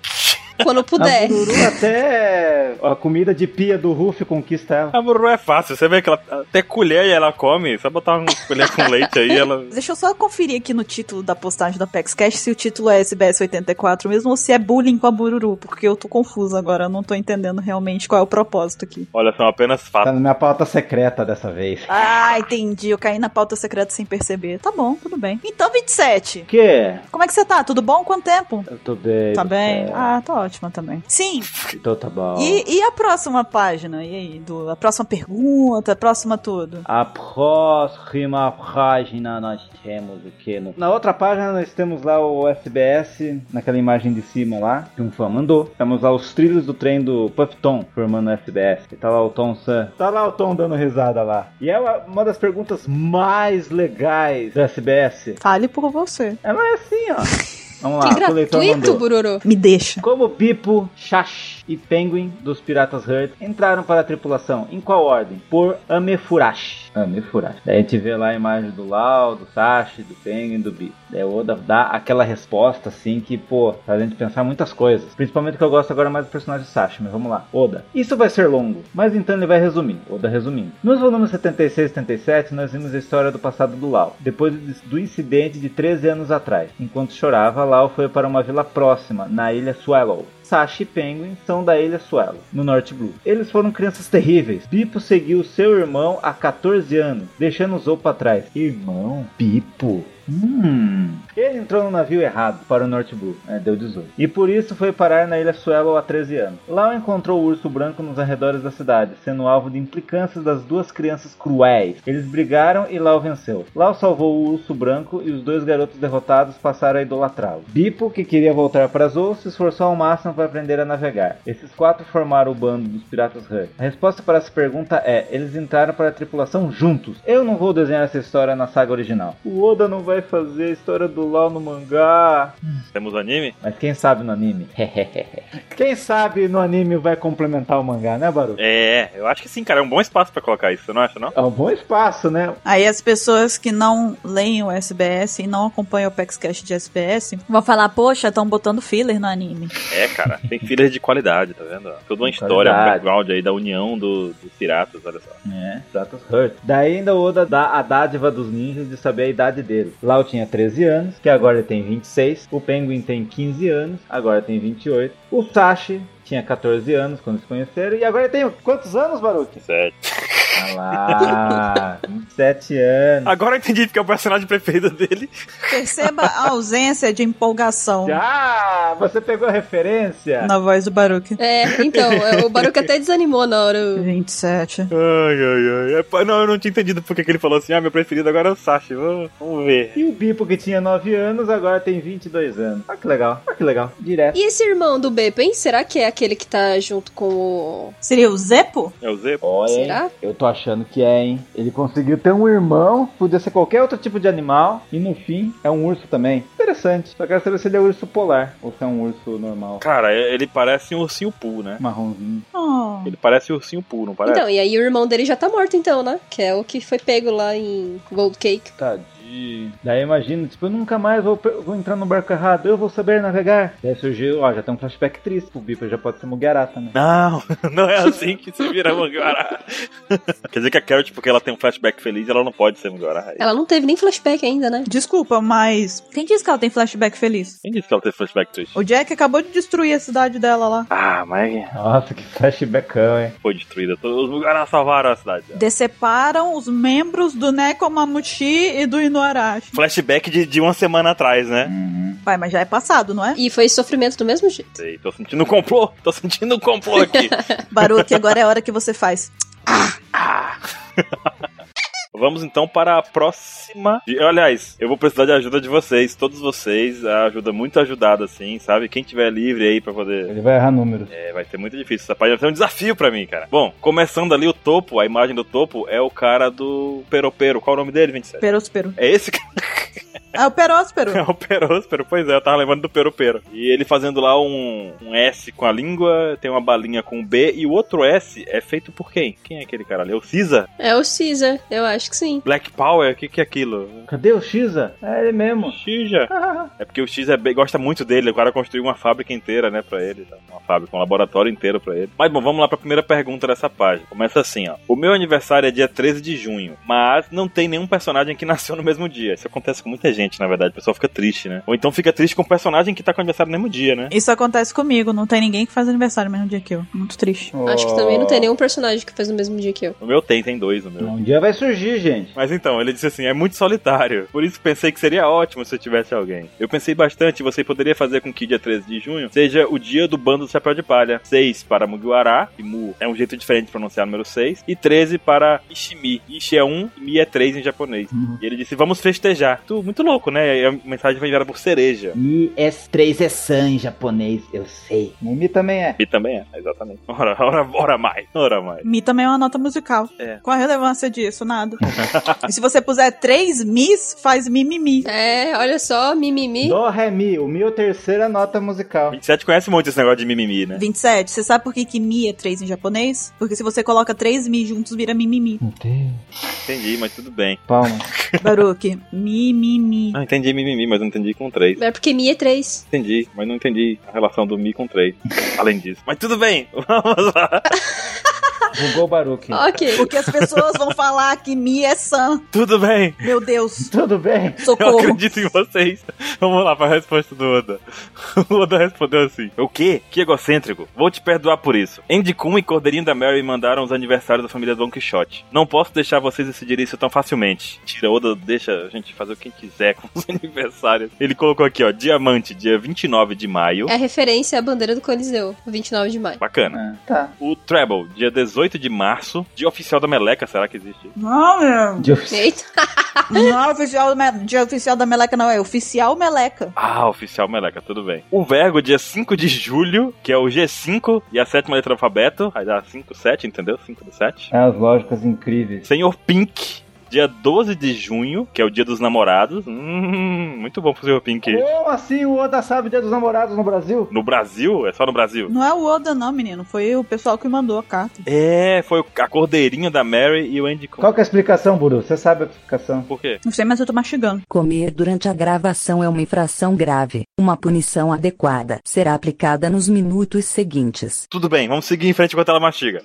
Speaker 1: Quando eu
Speaker 4: A
Speaker 1: puder.
Speaker 4: Bururu até a comida de pia do Ruff conquista ela.
Speaker 3: A burro é fácil, você vê que ela até colher e ela come, só botar uma colher com leite aí, ela.
Speaker 2: Deixa eu só conferir aqui no título da postagem da PEXCast se o título é SBS 84 mesmo ou se é bullying com a Bururu, porque eu tô confusa agora, eu não tô entendendo realmente qual é o propósito aqui.
Speaker 3: Olha, são apenas
Speaker 4: Tá
Speaker 3: fatos.
Speaker 4: na minha pauta secreta dessa vez.
Speaker 2: Ah, entendi, eu caí na pauta secreta sem perceber. Tá bom, tudo bem. Então, 27,
Speaker 4: O quê?
Speaker 2: como é que você tá? Tudo bom? Quanto tempo?
Speaker 4: Eu tô bem.
Speaker 2: Tá bem?
Speaker 4: É,
Speaker 2: Ah, tá ótima também. Sim,
Speaker 4: Então tá bom.
Speaker 2: e, e a próxima página? E aí, Du? a próxima pergunta, a próxima tudo?
Speaker 4: A próxima página nós temos o que? Na outra página nós temos lá o SBS, naquela imagem de cima lá, que um fã mandou. Temos lá os trilhos do trem do Puff Tom formando o SBS. E tá lá o Tom San. Tá lá o Tom dando risada lá. E é uma- uma das perguntas mais legais do SBS.
Speaker 2: Fale por você.
Speaker 4: Ela é assim, ó. Vamos
Speaker 1: Que
Speaker 4: lá, o leitor
Speaker 1: gratuito,
Speaker 4: mandou.
Speaker 1: Bururu.
Speaker 2: Me deixa.
Speaker 4: Como Pipo, Shash e Penguin dos Piratas Hurt entraram para a tripulação? Em qual ordem? Por Amefurash. Amefurash. Daí a gente vê lá a imagem do Lau, do Sashi, do Penguin, do Bi. Daí o Oda dá aquela resposta assim que, pô, faz a gente pensar muitas coisas. Principalmente que eu gosto agora mais do personagem do Sashi, mas vamos lá. Oda. Isso vai ser longo, mas então ele vai resumir. Oda resumindo. Nos volumes 76 e 77, nós vimos a história do passado do Lau. Depois do incidente de 13 anos atrás, enquanto chorava, Lau foi para uma vila próxima, na ilha Swallow. Sashi e Penguin são da ilha Swallow, no Norte Blue. Eles foram crianças terríveis. Pipo seguiu seu irmão há 14 anos, deixando Zou para trás. Irmão? Pipo? Hum. Ele entrou no navio errado para o North Blue, né, deu 18. E por isso foi parar na ilha Swallow há 13 anos. Lá encontrou o urso branco nos arredores da cidade, sendo alvo de implicâncias das duas crianças cruéis. Eles brigaram e Lau venceu. Lau salvou o urso branco e os dois garotos derrotados passaram a idolatrá-lo. Bipo, que queria voltar para Zou, se esforçou ao máximo para aprender a navegar. Esses quatro formaram o bando dos piratas Hutt. A resposta para essa pergunta é: eles entraram para a tripulação juntos. Eu não vou desenhar essa história na saga original. O Oda não vai vai fazer a história do Lau no mangá.
Speaker 3: Temos um anime?
Speaker 4: Mas quem sabe no anime? quem sabe no anime vai complementar o mangá, né, Baru?
Speaker 3: É, eu acho que sim, cara. É um bom espaço pra colocar isso, você não acha, não?
Speaker 4: É um bom espaço, né?
Speaker 2: Aí as pessoas que não leem o SBS e não acompanham o PaxCast de SBS vão falar, poxa, estão botando filler no anime.
Speaker 3: É, cara. Tem filhas de qualidade, tá vendo? Toda uma
Speaker 4: De
Speaker 3: história, um
Speaker 4: qualidade.
Speaker 3: background aí da união do- dos piratas, olha só.
Speaker 4: É, Stratos Hurt. Daí ainda o Oda dá a dádiva dos ninjas de saber a idade dele. Lau tinha 13 anos, que agora ele tem 26. O Penguin tem 15 anos, agora tem 28. O Tashi tinha 14 anos quando se conheceram. E agora ele tem quantos anos, Baruki?
Speaker 3: Certo.
Speaker 4: Ah lá, 27 anos.
Speaker 3: Agora eu entendi porque é o personagem preferido dele.
Speaker 2: Perceba a ausência de empolgação
Speaker 4: Ah, você pegou a referência?
Speaker 2: na voz do Baruque.
Speaker 1: É, então, é, o Baruch até desanimou na hora.
Speaker 2: 27.
Speaker 3: Ai, ai, ai. É, pá, não, eu não tinha entendido porque que ele falou assim, ah, meu preferido agora é o Sashi. Vamos, vamos ver.
Speaker 4: E o Bipo, que tinha 9 anos, agora tem 22 anos. Olha que legal, olha que legal. Direto.
Speaker 1: E esse irmão do Bepo, hein? Será que é aquele que tá junto com o.
Speaker 2: Seria o Zepo?
Speaker 3: É o Z?
Speaker 4: Olha, hein?
Speaker 1: Será?
Speaker 4: eu tô achando que é, hein? Ele conseguiu ter um irmão, podia ser qualquer outro tipo de animal, e no fim é um urso também. Interessante. Só quero saber se ele é urso polar ou se é um urso normal.
Speaker 3: Cara, ele parece um ursinho Poo, né?
Speaker 4: Marronzinho.
Speaker 2: Oh.
Speaker 3: Ele parece um ursinho Poo, não parece?
Speaker 1: Então, e aí o irmão dele já tá morto, então, né? Que é o que foi pego lá em Gold Cake.
Speaker 4: Tadinho. Daí imagina, tipo, eu nunca mais vou, pe- vou entrar no barco errado, eu vou saber navegar. Daí surgiu, ó, já tem um flashback triste pro Bipa, já pode ser né? Mugiará também.
Speaker 3: Não, não é assim que se vira Mugiwara. Quer dizer que a Carrot, porque ela tem um flashback feliz, ela não pode ser Mugiwara.
Speaker 1: Ela não teve nem flashback ainda, né?
Speaker 2: Desculpa, mas quem disse que ela tem flashback feliz?
Speaker 3: Quem disse que ela tem flashback triste?
Speaker 2: O Jack acabou de destruir a cidade dela lá.
Speaker 3: Ah, mas
Speaker 4: Nossa, que flashbackão, hein?
Speaker 3: foi destruída. Os Mugiwara salvaram a cidade.
Speaker 2: Deceparam os membros do Nekomamushi e do Inuarashi.
Speaker 3: Flashback de, de uma semana atrás, né?
Speaker 1: Hum.
Speaker 2: Pai, mas já é passado, não é?
Speaker 1: E foi sofrimento do mesmo jeito.
Speaker 3: Sei, tô sentindo um complô, tô sentindo um complô aqui.
Speaker 2: Baruque, agora é a hora que você faz.
Speaker 3: Vamos então para a próxima. E, aliás, eu vou precisar de ajuda de vocês, todos vocês. A ajuda muito ajudada, assim, sabe? Quem tiver livre aí pra poder.
Speaker 4: Ele vai errar números.
Speaker 3: É, vai ser muito difícil. Essa página vai ser um desafio pra mim, cara. Bom, começando ali o topo, a imagem do topo é o cara do Peropero. Qual é o nome dele, 27?
Speaker 2: Peróspero.
Speaker 3: É esse cara,
Speaker 2: É o Peróspero.
Speaker 3: é o Peróspero. Pois é, eu tava lembrando do Peropero. E ele fazendo lá um, um S com a língua, tem uma balinha com um B, e o outro S é feito por quem? Quem é aquele cara ali? É o Cisa?
Speaker 1: É o Caesar, eu acho que sim.
Speaker 3: Black Power? O que, que é aquilo?
Speaker 4: Cadê o Shiza? É ele mesmo.
Speaker 3: Xija. É porque o X é bem- gosta muito dele, o cara construiu uma fábrica inteira, né, pra ele. tá? Uma fábrica, um laboratório inteiro pra ele. Mas bom, vamos lá pra primeira pergunta dessa página. Começa assim, ó. O meu aniversário é dia 13 de junho, mas não tem nenhum personagem que nasceu no mesmo dia. Isso acontece com muita gente, na verdade. O pessoal fica triste, né? Ou então fica triste com o personagem que tá com aniversário no mesmo dia, né?
Speaker 2: Isso acontece comigo, não tem ninguém que faz aniversário no mesmo dia que eu. Muito triste.
Speaker 1: Acho que também não
Speaker 4: Oh.
Speaker 1: tem nenhum personagem que fez no mesmo dia que eu.
Speaker 3: O meu tem, tem dois, o meu.
Speaker 4: Um dia vai surgir, gente.
Speaker 3: Mas então, ele disse assim: é muito solitário. Por isso pensei que seria ótimo se eu tivesse alguém. Eu pensei bastante, você poderia fazer com que dia 13 de junho seja o dia do bando do Chapéu de Palha. 6 para Mugiwara, e Mu é um jeito diferente de pronunciar o número 6. E 13 para Ishimi. Ishi é 1, Mi é 3 em japonês. E ele disse: vamos festejar. Tu, muito louco, né? E a mensagem foi enviada por cereja.
Speaker 4: IS3 é san em japonês, eu sei. Mumi também é.
Speaker 3: E também é, exatamente. Ora, ora, ora mais, ora mais.
Speaker 2: Mi também é uma nota musical.
Speaker 3: É.
Speaker 2: Qual a relevância disso? Nada. e se você puser três mis, faz mimimi.
Speaker 1: É, olha só, mimimi.
Speaker 4: Do, ré, mi. O mi é a terceira nota musical.
Speaker 3: 27 conhece muito esse negócio de mimimi, né?
Speaker 2: 27. Você sabe por que, que mi é 3 em japonês? Porque se você coloca três mi juntos, vira mimimi.
Speaker 4: Meu Deus.
Speaker 3: Entendi, mas tudo bem.
Speaker 4: Palma.
Speaker 2: Baruque, mimimi.
Speaker 3: Não, entendi mimimi, mas não entendi com 3.
Speaker 1: É porque Mi é 3.
Speaker 3: Entendi, mas não entendi a relação do Mi com 3, além disso. Mas tudo bem, vamos lá.
Speaker 4: Bugou o Baruque.
Speaker 1: Ok.
Speaker 2: Porque as pessoas vão falar que mi é san.
Speaker 3: Tudo bem,
Speaker 2: Meu Deus,
Speaker 4: Tudo bem?
Speaker 3: eu
Speaker 2: socorro.
Speaker 3: acredito em vocês. Vamos lá pra resposta do Oda. O Oda respondeu assim: O quê? Que egocêntrico. Vou te perdoar por isso. Andy Kuhn e Cordeirinho da Mary mandaram os aniversários da família Don Quixote. Não posso deixar vocês decidirem isso tão facilmente. Tira, Oda deixa a gente fazer o que quiser com os aniversários. Ele colocou aqui, ó: Diamante, dia 29 de maio.
Speaker 1: É referência à bandeira do Coliseu, 29 de maio.
Speaker 3: Bacana.
Speaker 4: Ah, tá.
Speaker 3: O Treble, dia 18 de março. Dia oficial da Meleca, será que existe?
Speaker 2: Não, meu.
Speaker 4: De ofici-
Speaker 1: Eita,
Speaker 2: Não é oficial, me- de oficial da Meleca, não. É oficial Meleca.
Speaker 3: Ah, oficial meleca, tudo bem. O Vergo, dia 5 de julho, que é o G5 e a sétima letra do alfabeto. Aí dá 5, 7, entendeu? 5 do 7.
Speaker 4: É as lógicas incríveis.
Speaker 3: Senhor Pink, Dia 12 de junho, que é o dia dos namorados. Hum, muito bom pro seu Pink.
Speaker 4: Como assim o Oda sabe o dia dos namorados no Brasil?
Speaker 3: No Brasil? É só no Brasil?
Speaker 2: Não é o Oda, não, menino. Foi o pessoal que mandou a carta.
Speaker 3: É, foi a cordeirinha da Mary e o Andy Cohen.
Speaker 4: Qual que é a explicação, Buru? Você sabe a explicação?
Speaker 3: Por quê?
Speaker 2: Não sei, mas eu tô mastigando.
Speaker 7: Comer durante a gravação é uma infração grave. Uma punição adequada será aplicada nos minutos seguintes.
Speaker 3: Tudo bem, vamos seguir em frente enquanto ela mastiga.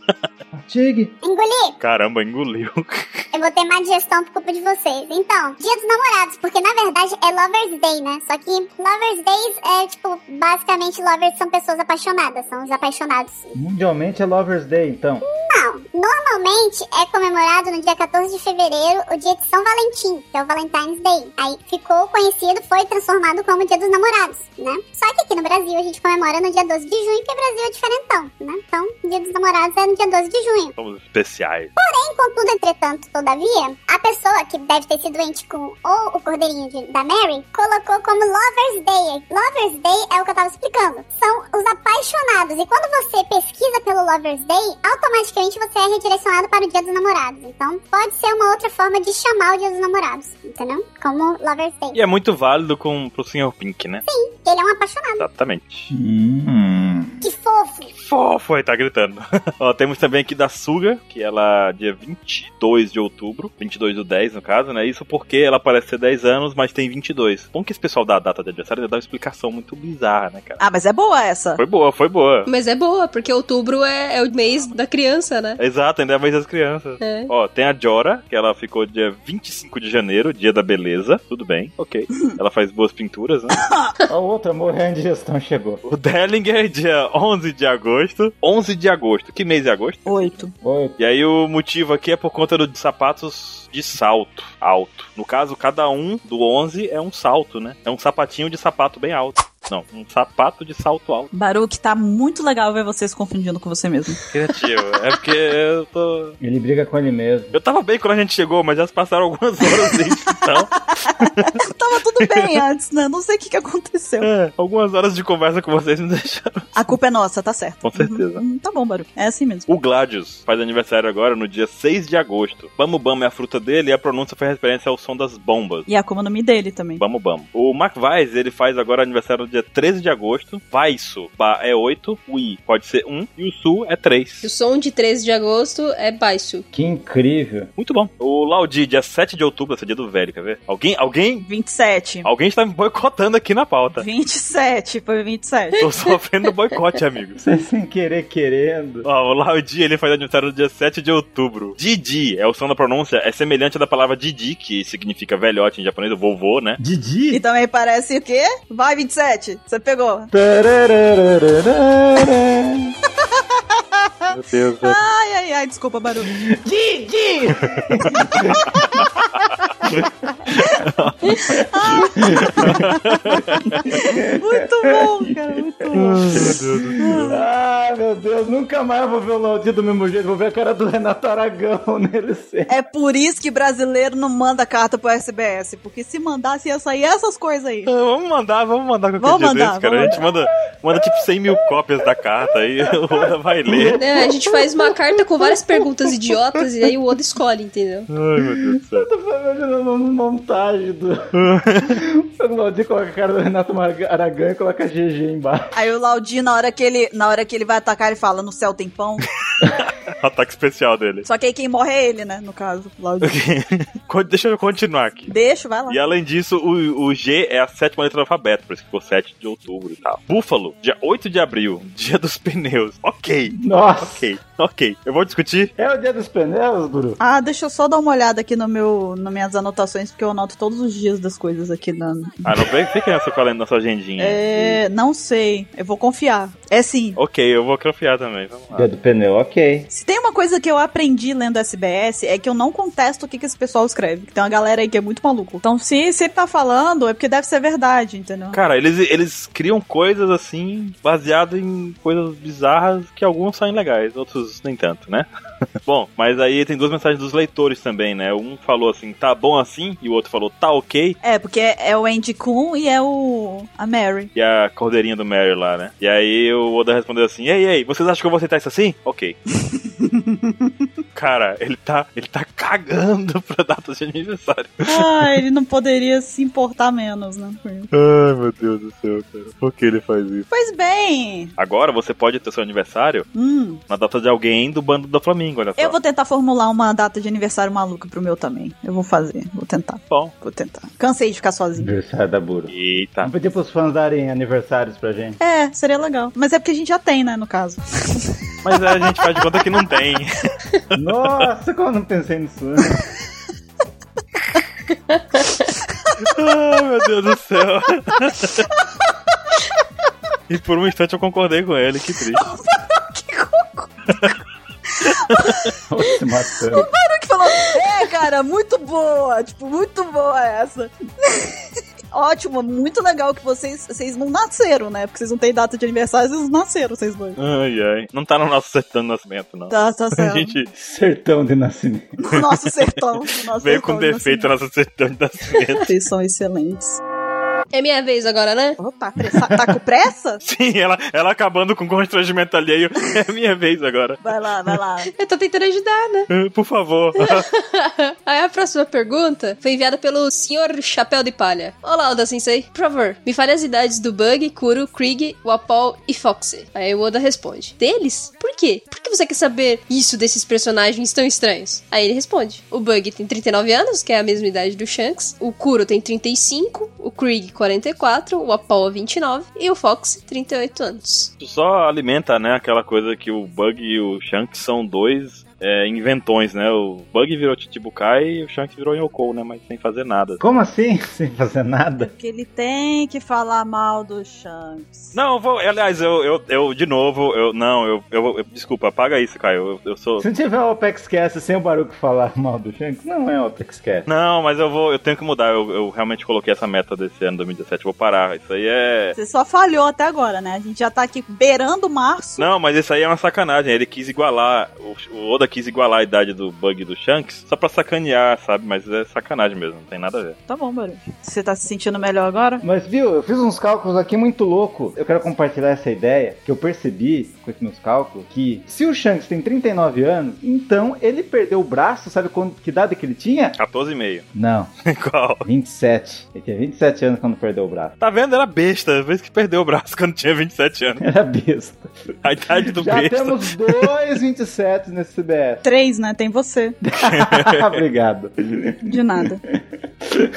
Speaker 4: Artigue.
Speaker 10: Engoli,
Speaker 3: Caramba, engoliu.
Speaker 10: eu vou ter má digestão por culpa de vocês. Então, dia dos namorados, porque na verdade é Lover's Day, né? Só que Lover's Days é, tipo, basicamente lovers são pessoas apaixonadas, são os apaixonados.
Speaker 4: Mundialmente é Lover's Day, então.
Speaker 10: Não, normalmente é comemorado no dia 14 de fevereiro, o dia de São Valentim, que é o Valentine's Day. Aí ficou conhecido, foi transformado como Dia dos Namorados, né? Só que aqui no Brasil a gente comemora no dia 12 de junho, porque o Brasil é diferentão, né? Então, Dia dos Namorados é no dia 12 de junho.
Speaker 3: Somos especiais.
Speaker 10: Contudo, entretanto, todavia, a pessoa que deve ter sido doente com ou o cordeirinho de- da Mary colocou como Lover's Day. Lover's Day é o que eu tava explicando. São os apaixonados. E quando você pesquisa pelo Lover's Day, automaticamente você é redirecionado para o Dia dos Namorados. Então, pode ser uma outra forma de chamar o Dia dos Namorados, entendeu? Como Lover's Day.
Speaker 3: E é muito válido com, pro Sr. Pink, né?
Speaker 10: Ele é um apaixonado.
Speaker 3: Exatamente.
Speaker 10: Que fofo.
Speaker 3: Fofo, aí tá gritando. Ó, temos também aqui da Suga, que ela, dia 22 de outubro, 22 do 10 no caso, né? Isso porque ela parece ter 10 anos, mas tem 22. Bom que esse pessoal da data de aniversário ainda dá uma explicação muito bizarra, né, cara?
Speaker 2: Ah, mas é boa essa.
Speaker 3: Foi boa, foi boa.
Speaker 1: Mas é boa, porque outubro é, é o mês da criança, né?
Speaker 3: Exato, ainda é mais das crianças.
Speaker 1: É.
Speaker 3: Ó, tem a Jora, que ela ficou dia 25 de janeiro, dia da beleza. Tudo bem, ok. Ela faz boas pinturas, né?
Speaker 4: A outra morrendo de gestão chegou.
Speaker 3: O Dellinger, dia 11 de agosto. 11 de agosto. Que mês é agosto?
Speaker 2: Oito.
Speaker 4: Oi,
Speaker 3: E aí o motivo aqui é por conta dos sapatos de salto alto. No caso, cada um do 11 é um salto, né? É um sapatinho de sapato bem alto. Não, um sapato de salto alto.
Speaker 2: Baruque, tá muito legal ver vocês confundindo com você mesmo.
Speaker 3: Criativo. é porque eu tô...
Speaker 4: ele briga com ele mesmo.
Speaker 3: Eu tava bem quando a gente chegou, mas já se passaram algumas horas desde então.
Speaker 2: Tava tudo bem antes, né? Não sei o que, que aconteceu.
Speaker 3: É, algumas horas de conversa com vocês me deixaram.
Speaker 2: A culpa é nossa, tá certo.
Speaker 3: Com certeza.
Speaker 2: Hum, tá bom, Baruque. É assim mesmo.
Speaker 3: O Gladius faz aniversário agora no dia 6 de agosto. Bamo Bamo é a fruta dele e a pronúncia faz referência ao som das bombas.
Speaker 2: E a como nome dele também.
Speaker 3: Bamo Bamo. O Mark Weiss, ele faz agora aniversário no dia 13 de agosto. Vaisso, Ba é 8, o I pode ser 1 e o Su é
Speaker 1: O
Speaker 3: 3.
Speaker 1: som de 13 de agosto é baixo.
Speaker 4: Que incrível.
Speaker 3: Muito bom. O Laudi, dia 7 de outubro, esse é dia do velho, quer ver? Alguém, alguém,
Speaker 2: 27.
Speaker 3: alguém está me boicotando aqui na pauta.
Speaker 2: 27, foi 27.
Speaker 3: Tô sofrendo boicote, amigos.
Speaker 4: Você sem querer, querendo.
Speaker 3: Ó, o Laudi, ele faz aniversário no dia 7 de outubro. Didi, é o som da pronúncia, é semelhante à da palavra Didi, que significa velhote em japonês, o vovô, né?
Speaker 4: Didi?
Speaker 2: E também Então parece o quê? Vai, 27. Você pegou.
Speaker 4: Tarararararara.
Speaker 3: Meu Deus,
Speaker 2: Ai, ai, ai, desculpa, barulho. Didi! muito bom, cara, muito bom.
Speaker 4: Ah, meu Deus, nunca mais eu vou ver o Laudir do mesmo jeito. Vou ver a cara do Renato Aragão nele sempre.
Speaker 2: É por isso que brasileiro não manda carta pro SBS, porque se mandasse ia sair essas coisas aí.
Speaker 3: Ah, Vamos mandar, vamos mandar qualquer
Speaker 2: Vamos
Speaker 3: dia
Speaker 2: mandar,
Speaker 3: desse, cara.
Speaker 2: vamos
Speaker 3: A gente manda, manda tipo 100 mil cópias da carta aí, o Oda vai ler.
Speaker 1: É, a gente faz uma carta com várias perguntas idiotas e aí o Oda escolhe, entendeu?
Speaker 3: Ai, meu Deus do céu.
Speaker 4: Eu tô imaginando uma montagem do. O Laudir coloca a cara do Renato Marga- Aragão e coloca a GG embaixo.
Speaker 2: Aí o Laudi, na hora que ele, na hora que ele vai atacar, ele fala, no céu tem pão.
Speaker 3: Ataque especial dele.
Speaker 2: Só que aí quem morre é ele, né? No caso, o Laudi.
Speaker 3: Con- Deixa eu continuar aqui.
Speaker 2: Deixa, vai lá.
Speaker 3: E além disso, o, o G é a sétima letra do alfabeto, por isso que ficou 7 de outubro e tal. Búfalo, dia 8 de abril, dia dos pneus. Ok,
Speaker 4: Nossa!
Speaker 3: ok, ok. Eu vou discutir.
Speaker 4: É o dia dos pneus, Buru?
Speaker 2: Ah, deixa eu só dar uma olhada aqui no meu, nas minhas anotações, porque eu anoto todos os dias das coisas aqui na.
Speaker 3: Ah, não vem fica nessa qual é a nossa agendinha.
Speaker 2: É, não sei. Eu vou confiar. É sim.
Speaker 3: Ok, eu vou crofiar também. Vamos lá.
Speaker 4: Dia do pneu, ok.
Speaker 2: Se tem uma coisa que eu aprendi lendo SBS, é que eu não contesto o que, que esse pessoal escreve. Tem uma galera aí que é muito maluco. Então, se, se ele tá falando, é porque deve ser verdade, entendeu?
Speaker 3: Cara, eles, eles criam coisas assim, baseado em coisas bizarras que alguns saem legais, outros nem tanto, né? bom, mas aí tem duas mensagens dos leitores também, né? Um falou assim, tá bom assim, e o outro falou, tá ok.
Speaker 2: É, porque é, é o Andy Kuhn e é o. a Mary.
Speaker 3: E a cordeirinha do Mary lá, né? E aí o Oda respondeu assim, ei, ei, vocês acham que eu vou aceitar isso assim? Ok. Cara, ele tá, ele tá cagando pra data de aniversário.
Speaker 2: Ah, ele não poderia se importar menos, né? com isso.
Speaker 3: Ai, meu Deus do céu, cara. Por que ele faz isso?
Speaker 2: Pois bem,
Speaker 3: Agora você pode ter seu aniversário
Speaker 2: hum,
Speaker 3: na data de alguém do bando do Flamengo, olha só.
Speaker 2: eu vou tentar formular uma data de aniversário maluca pro meu também. Eu vou fazer, vou tentar,
Speaker 3: Bom.
Speaker 2: vou tentar. Cansei de ficar sozinho.
Speaker 4: Aniversário da Buru.
Speaker 3: Eita.
Speaker 4: Vamos pedir pros fãs darem aniversários pra gente.
Speaker 2: É, seria legal. Mas é porque a gente já tem, né, no caso.
Speaker 3: Mas é, a gente faz de conta que não tem.
Speaker 4: Nossa, como eu não pensei nisso antes.
Speaker 3: Ai, Ah, meu Deus do céu. E por um instante eu concordei com ele, que triste.
Speaker 4: Tô se matando.
Speaker 2: que falou, é, cara, muito boa, tipo, muito boa essa. Ótimo, muito legal que vocês, vocês não nasceram, né? Porque vocês não têm data de aniversário, vocês não nasceram, vocês dois.
Speaker 3: Ai, ai. Não tá no nosso sertão de nascimento, não.
Speaker 2: Tá, tá
Speaker 3: A
Speaker 2: certo.
Speaker 3: gente
Speaker 4: Sertão de nascimento.
Speaker 2: No nosso sertão. No nosso
Speaker 3: veio
Speaker 2: sertão
Speaker 3: com
Speaker 2: de
Speaker 3: defeito
Speaker 2: nascimento.
Speaker 3: no nosso sertão de nascimento.
Speaker 2: Vocês são excelentes.
Speaker 1: É minha vez agora, né?
Speaker 2: Opa, pressa- tá com pressa?
Speaker 3: Sim, ela, ela acabando com o constrangimento alheio. É minha vez agora.
Speaker 2: Vai lá, vai lá.
Speaker 1: Eu tô tentando ajudar, né?
Speaker 3: Ah, Por favor.
Speaker 1: Aí a próxima pergunta foi enviada pelo Sr. Chapéu de Palha. Olá, Oda Sensei. Por favor, me fale as idades do Bug, Kuro, Krieg, Wapol e Foxy. Aí o Oda responde: Deles? Por quê? Por que você quer saber isso desses personagens tão estranhos? Aí ele responde: O Bug tem 39 anos, que é a mesma idade do Shanks. O Kuro tem 35, o Krieg 44, o Wapol 29 e o Fox 38 anos.
Speaker 3: Isso só alimenta, né, aquela coisa que o Bug e o Shanks são dois é, inventões, né? O Bug virou Chichibukai e o Shanks virou Yoko, né? Mas sem fazer nada.
Speaker 4: Como assim? Sem fazer nada?
Speaker 2: Porque ele tem que falar mal do Shanks.
Speaker 3: Não, eu vou. Aliás, eu, eu, eu de novo, eu. Não, eu, eu, eu- Desculpa, apaga isso, Caio. Eu, eu sou.
Speaker 4: Se não tiver o Opex Cast sem o Baruco falar mal do Shanks, não é o Opex Cast.
Speaker 3: Não, mas eu vou. Eu tenho que mudar. Eu, eu realmente coloquei essa meta desse ano 2017. Vou parar. Isso aí é.
Speaker 2: Você só falhou até agora, né? A gente já tá aqui beirando março.
Speaker 3: Não, mas isso aí é uma sacanagem. Ele quis igualar. o- O Oda quis igualar a idade do Bug e do Shanks só pra sacanear, sabe? Mas é sacanagem mesmo, não tem nada a ver.
Speaker 2: Tá bom, Baru. Você tá se sentindo melhor agora?
Speaker 4: Mas viu, eu fiz uns cálculos aqui muito louco. Eu quero compartilhar essa ideia que eu percebi com os meus cálculos que se o Shanks tem 39 anos, então ele perdeu o braço, sabe quando que idade que ele tinha?
Speaker 3: 14,5.
Speaker 4: Não,
Speaker 3: Igual.
Speaker 4: 27. Ele tinha 27 anos quando perdeu o braço.
Speaker 3: Tá vendo? Era besta. Vez que perdeu o braço quando tinha 27 anos.
Speaker 4: Era besta.
Speaker 3: A idade do
Speaker 4: Já
Speaker 3: besta.
Speaker 4: temos dois 27 nesse CBS.
Speaker 2: Três, né? Tem você.
Speaker 4: Ah, Obrigado.
Speaker 2: De nada.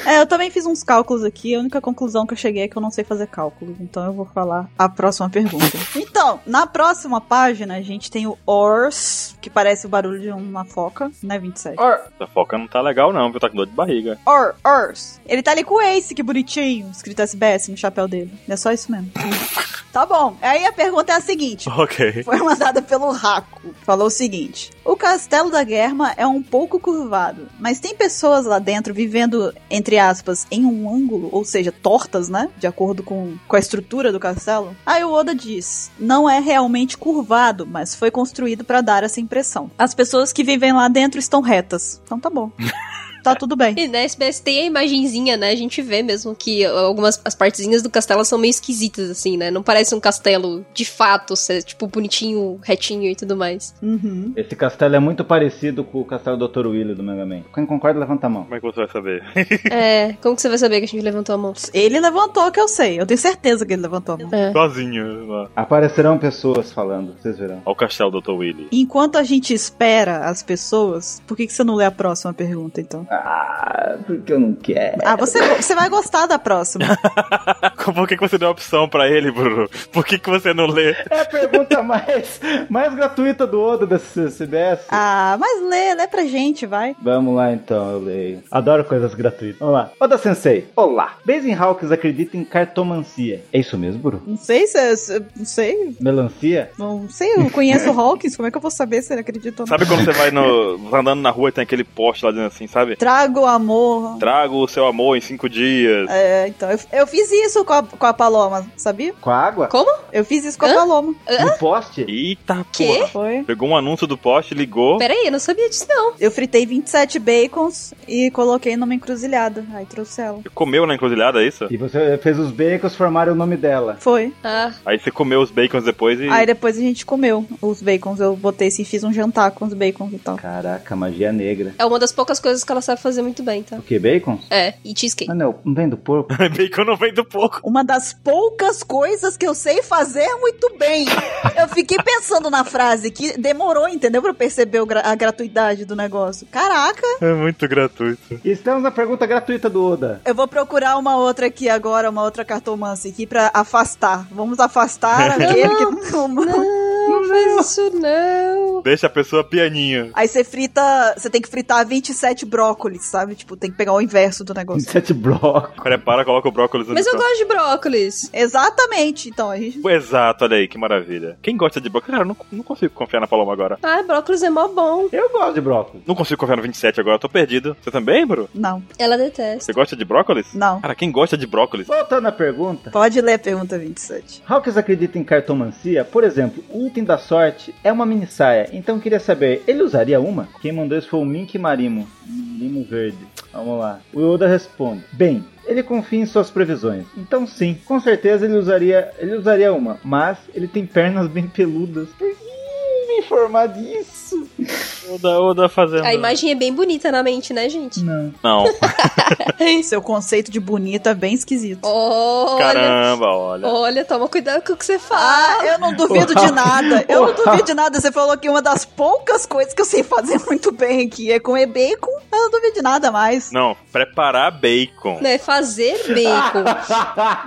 Speaker 2: É, eu também fiz uns cálculos aqui. A única conclusão que eu cheguei é que eu não sei fazer cálculo. Então eu vou falar a próxima pergunta. Então, na próxima página, a gente tem o ORS, que parece o barulho de uma foca, né? 27. OR,
Speaker 3: Essa foca não tá legal, não, viu? Tá com dor de barriga.
Speaker 2: OR, ORS. Ele tá ali com o Ace, que bonitinho, escrito SBS no chapéu dele. É só isso mesmo. tá bom. Aí a pergunta é a seguinte.
Speaker 3: Ok.
Speaker 2: foi mandada pelo Raco. Falou o seguinte: O castelo da Germa é um pouco curvado, mas tem pessoas lá dentro vivendo, entre aspas, em um ângulo, ou seja, tortas, né? De acordo com, com a estrutura do castelo. Aí o Oda diz: Não é realmente curvado, mas foi construído para dar essa impressão. As pessoas que vivem lá dentro estão retas. Então tá bom. Tá tudo bem.
Speaker 1: E na SBS tem a imagenzinha, né? A gente vê mesmo que algumas as partezinhas do castelo são meio esquisitas, assim, né? Não parece um castelo de fato, ser, tipo, bonitinho, retinho e tudo mais.
Speaker 2: Uhum.
Speaker 4: Esse castelo é muito parecido com o castelo do Dr. Willy do Mega Man. Quem concorda, levanta a mão.
Speaker 3: Como é que você vai saber?
Speaker 1: é, como que você vai saber que a gente levantou a mão?
Speaker 2: Ele levantou, que eu sei. Eu tenho certeza que ele levantou a mão.
Speaker 1: É.
Speaker 3: Sozinho. lá.
Speaker 4: Aparecerão pessoas falando, vocês verão.
Speaker 3: Olha o castelo, Dr. Willy.
Speaker 2: Enquanto a gente espera as pessoas, por que, que você não lê a próxima pergunta, então?
Speaker 4: Ah, porque eu não quero.
Speaker 2: Ah, você, você vai gostar da próxima.
Speaker 3: Por que, que você deu a opção pra ele, Bruno? Por que, que você não lê?
Speaker 4: É a pergunta mais, mais gratuita do Oda dessa CBS.
Speaker 2: Ah, mas lê, lê pra gente, vai.
Speaker 4: Vamos lá então, eu leio. Adoro coisas gratuitas. Vamos lá. Oda Sensei. Olá. Basin Hawks acredita em cartomancia. É isso mesmo, Buru?
Speaker 2: Não sei se. é- se- Não sei.
Speaker 4: Melancia?
Speaker 2: Não sei, eu conheço o Hawkins, como é que eu vou saber se ele acredita ou não?
Speaker 3: tá Sabe quando você vai no. vai andando na rua e tem aquele poste lá dizendo assim, sabe?
Speaker 2: Trago o amor.
Speaker 3: Trago o seu amor em cinco dias.
Speaker 2: É, então, eu, eu fiz isso com a, com a Paloma, sabia?
Speaker 4: Com a água?
Speaker 1: Como?
Speaker 2: Eu fiz isso com a
Speaker 1: Hã?
Speaker 2: Paloma.
Speaker 4: No poste?
Speaker 3: Eita
Speaker 1: Quê?
Speaker 3: porra.
Speaker 2: Foi.
Speaker 3: Pegou um anúncio do poste, ligou.
Speaker 1: Peraí, eu não sabia disso, não.
Speaker 2: Eu fritei 27 bacons e coloquei numa encruzilhada. Aí trouxe ela.
Speaker 3: Comeu na encruzilhada, é isso?
Speaker 4: E você fez os bacons formarem o nome dela.
Speaker 2: Foi.
Speaker 1: Ah,
Speaker 3: Aí você comeu os bacons depois e.
Speaker 2: Aí depois a gente comeu os bacons. Eu botei assim, fiz um jantar com os bacons e tal.
Speaker 4: Caraca, magia negra.
Speaker 1: é uma das poucas coisas que ela sabe fazer muito bem, tá?
Speaker 4: O que, bacons?
Speaker 1: É, e cheesecake.
Speaker 4: Ah, não, não vem do porco.
Speaker 3: Bacon não vem do porco.
Speaker 2: Uma das poucas coisas que eu sei fazer muito bem. Eu fiquei pensando na frase que demorou, entendeu? Pra eu perceber o gra- a gratuidade do negócio. Caraca!
Speaker 3: É muito gratuito.
Speaker 4: Estamos na pergunta gratuita do Oda.
Speaker 2: Eu vou procurar uma outra aqui agora, uma outra cartomance aqui pra afastar. Vamos afastar aquele que toma.
Speaker 1: Não faz isso, não.
Speaker 3: Deixa a pessoa pianinho.
Speaker 2: Aí você frita, você tem que fritar 27 brócolis, sabe? Tipo, tem que pegar o inverso do negócio.
Speaker 4: 27 blocos.
Speaker 3: Prepara, coloca o brócolis no
Speaker 1: Mas eu
Speaker 3: micro-
Speaker 1: gosto de brócolis.
Speaker 2: Exatamente. Então, a gente
Speaker 3: Exato, olha aí, que maravilha. Quem gosta de brócolis? Cara, eu não, não consigo confiar na Paloma agora.
Speaker 1: Ah, brócolis é mó bom.
Speaker 4: Eu gosto de brócolis.
Speaker 3: Não consigo confiar no 27 agora, eu tô perdido. Você também, Bru?
Speaker 2: não,
Speaker 1: Ela detesta.
Speaker 3: Você gosta de brócolis?
Speaker 2: não.
Speaker 3: Cara, quem gosta de brócolis?
Speaker 4: Voltando à pergunta.
Speaker 2: Pode ler a pergunta 27.
Speaker 4: Hawkins acredita em cartomancia? Por exemplo, o item da sorte é uma mini saia. Então queria saber, ele usaria uma? Quem mandou isso foi o Mink Marimo. Limo verde. Vamos lá. O Oda responde. Bem, ele confia em suas previsões. Então sim, com certeza ele usaria, ele usaria uma. Mas ele tem pernas bem peludas. Por que me informar disso?
Speaker 3: Oda, Oda fazendo.
Speaker 1: A imagem é bem bonita na mente, né, gente?
Speaker 4: Não.
Speaker 3: Não,
Speaker 2: Seu conceito de bonita é bem esquisito.
Speaker 1: Olha,
Speaker 3: caramba, olha.
Speaker 1: olha, toma cuidado com o que você fala.
Speaker 2: Ah, eu não duvido de nada. Eu não duvido de nada. Você falou que uma das poucas coisas que eu sei fazer muito bem aqui é comer bacon. Eu não duvido de nada mais.
Speaker 3: Não, preparar bacon.
Speaker 1: Né, fazer bacon.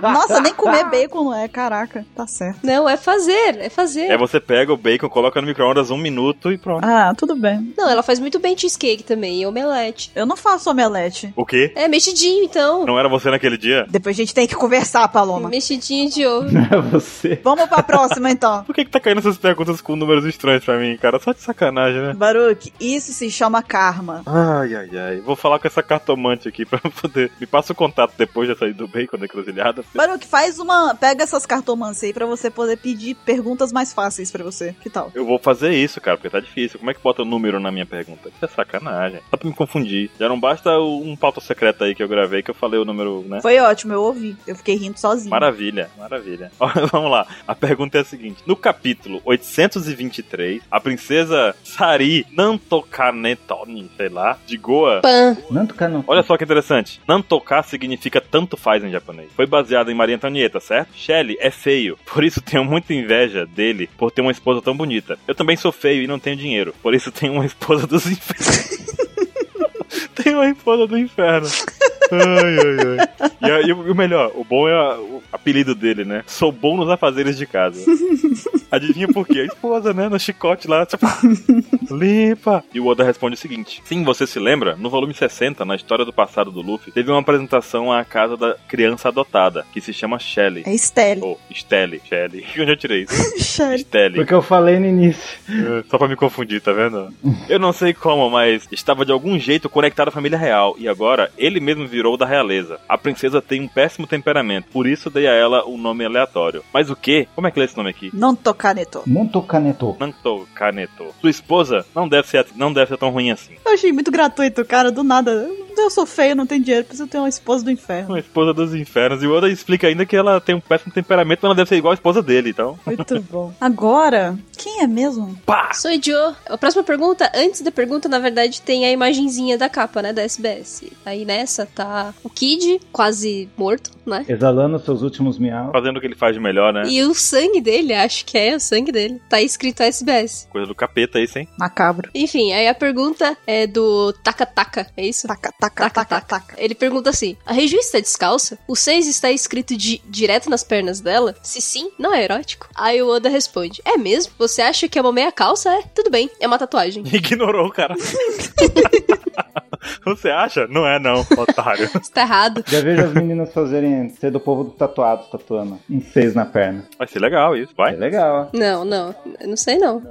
Speaker 2: Nossa, nem comer bacon não é. Caraca, tá certo.
Speaker 1: Não, é fazer, é fazer.
Speaker 3: É você pega o bacon, coloca no micro-ondas um minuto e pronto.
Speaker 2: Ah, tudo bem.
Speaker 1: Não, ela faz muito bem cheesecake também, e omelete.
Speaker 2: Eu não faço omelete.
Speaker 3: O quê?
Speaker 1: É, mexidinho, então.
Speaker 3: Não era você naquele dia?
Speaker 2: Depois a gente tem que conversar, Paloma.
Speaker 1: Mexidinho de ovo.
Speaker 4: É você.
Speaker 2: Vamos pra próxima, então.
Speaker 3: Por que, que tá caindo essas perguntas com números estranhos pra mim, cara? Só de sacanagem, né?
Speaker 2: Baruque, isso se chama karma.
Speaker 3: Ai, ai, ai. Vou falar com essa cartomante aqui pra poder. Me passa o contato depois de sair do bacon da encruzilhada.
Speaker 2: Baruque, faz uma. Pega essas cartomancias aí pra você poder pedir perguntas mais fáceis pra você. Que tal?
Speaker 3: Eu vou fazer isso, cara, porque tá difícil. Como é que bota o número na minha pergunta? Isso é sacanagem. Só pra me confundir. Já não basta o- um pauta secreta aí que eu gravei que eu falei o número, né?
Speaker 2: Foi ótimo, eu ouvi. Eu fiquei rindo sozinho.
Speaker 3: Maravilha, maravilha. Vamos lá. A pergunta é a seguinte: No capítulo 823, a princesa Sari Nantokanetoni, sei lá, de Goa.
Speaker 1: Pan.
Speaker 4: Não tocar não.
Speaker 3: Olha só que interessante. Nantoka significa tanto faz em japonês. Foi baseado em Maria Antonieta, certo? Shelley é feio, por isso tenho muita inveja dele por ter uma esposa tão bonita. Eu também sou feio e não tenho dinheiro, por isso tenho uma esposa dos infernos. tenho uma esposa do inferno. Ai, ai, ai. E, a- e o e o melhor, o bom é a- o apelido dele, né? Sou bom nos afazeres de casa. Adivinha por quê? A esposa, né? No chicote lá. tipo, Limpa! E o Oda responde o seguinte: Sim, você se lembra? No volume 60, na história do passado do Luffy, teve uma apresentação à casa da criança adotada, que se chama Shelly.
Speaker 2: É Estelle.
Speaker 3: Ou Stelle, Shelly. Onde eu tirei isso?
Speaker 2: Estelle.
Speaker 3: Stelle.
Speaker 4: Porque eu falei no início.
Speaker 3: Só pra me confundir, tá vendo? Eu não sei como, mas estava de algum jeito conectado à família real. E agora, ele mesmo virou da realeza. A princesa tem um péssimo temperamento, por isso dei a ela um nome aleatório. Mas o quê? Como é que lê esse nome aqui?
Speaker 2: Não tocar neto.
Speaker 4: Não tocar neto.
Speaker 3: Nanto Kaneto. Sua esposa não deve ser, não deve ser tão ruim assim.
Speaker 2: Eu achei muito gratuito, cara, do nada. Eu sou feio, não tenho dinheiro, preciso ter uma esposa do inferno.
Speaker 3: É Uma esposa dos infernos. E o Oda explica ainda que ela tem um péssimo temperamento, mas ela deve ser igual a esposa dele, então.
Speaker 2: Muito bom. Agora, quem é mesmo?
Speaker 3: Pá!
Speaker 1: Sou Joe. A próxima pergunta, antes da pergunta, na verdade, tem a imagenzinha da capa, né, da SBS. Aí nessa tá o Kid, quase morto, né?
Speaker 4: Exalando seus últimos miau.
Speaker 3: Fazendo o que ele faz de melhor, né?
Speaker 1: E o sangue dele, acho que é o sangue dele. Tá escrito SBS.
Speaker 3: Coisa do capeta isso, hein?
Speaker 2: Macabro.
Speaker 1: Enfim, aí a pergunta é do Taka Taka, é isso?
Speaker 2: Taca, taca, taca, taca.
Speaker 1: Ele pergunta assim: a Reju está descalça? O 6 está escrito de direto nas pernas dela? Se sim, não é erótico? Aí o Oda responde: É mesmo? Você acha que é uma meia calça? É, tudo bem, é uma tatuagem.
Speaker 3: Ignorou, cara. Você acha? Não é não, otário.
Speaker 1: Isso tá errado.
Speaker 4: Já vejo as meninas fazerem ser do povo do tatuado, tatuando. Um seis na perna.
Speaker 3: Vai ser legal isso, vai.
Speaker 4: É legal, ó.
Speaker 1: Não, não. Eu não sei, não.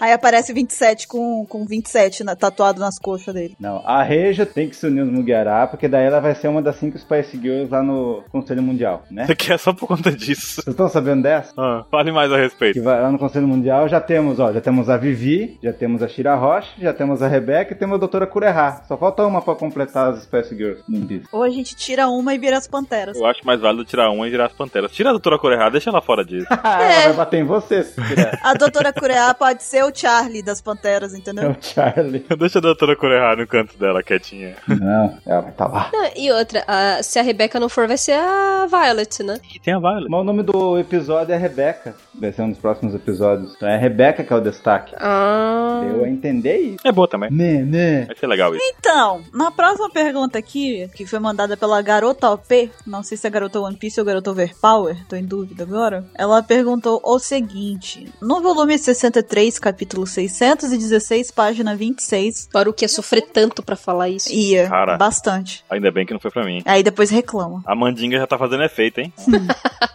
Speaker 2: Aí aparece 27 com, com 27 na- tatuado nas coxas dele.
Speaker 4: Não, a Reja tem que se unir aos Mugiará, porque daí ela vai ser uma das cinco Spice Girls lá no Conselho Mundial, né?
Speaker 3: Você quer é só por conta disso.
Speaker 4: Vocês estão sabendo dessa?
Speaker 3: Ah, fale mais a
Speaker 4: Que
Speaker 3: respeito.
Speaker 4: vai lá no Conselho Mundial já temos, ó, já temos a Vivi, já temos a Shira Rocha, já temos a Rebeca e temos a Doutora Kureha. Só falta uma pra completar as Spice Girls. Não diz.
Speaker 2: Ou a gente tira uma e vira as panteras.
Speaker 3: Eu acho mais válido tirar um e virar as panteras. Tira a doutora Correia, deixa ela fora disso.
Speaker 4: Ela vai bater em você, se quiser.
Speaker 2: A doutora Cureá pode ser o Charlie das panteras, entendeu?
Speaker 4: É o Charlie.
Speaker 3: deixa a doutora Correia no canto dela, quietinha.
Speaker 4: Não, ela vai estar lá.
Speaker 1: Não, e outra, a- se a Rebeca não for, vai ser a Violet, né?
Speaker 3: E tem a Violet.
Speaker 4: Mas o nome do episódio é Rebeca. Vai ser um dos próximos episódios. Então é a Rebeca que é o destaque.
Speaker 1: Ah.
Speaker 4: Eu entender isso.
Speaker 3: É boa também.
Speaker 4: Né, né.
Speaker 3: Vai ser legal isso.
Speaker 2: Então, na próxima pergunta aqui, que foi mandada pela garota OP, não sei se é garota One Piece ou garota Overpower, tô em dúvida agora. Ela perguntou o seguinte: No volume 63, capítulo 616, página 26,
Speaker 1: Para o que é sofrer tanto pra falar isso.
Speaker 2: ia
Speaker 3: Cara.
Speaker 2: bastante.
Speaker 3: Ainda bem que não foi pra mim.
Speaker 2: Aí depois reclama.
Speaker 3: A mandinga já tá fazendo efeito, hein?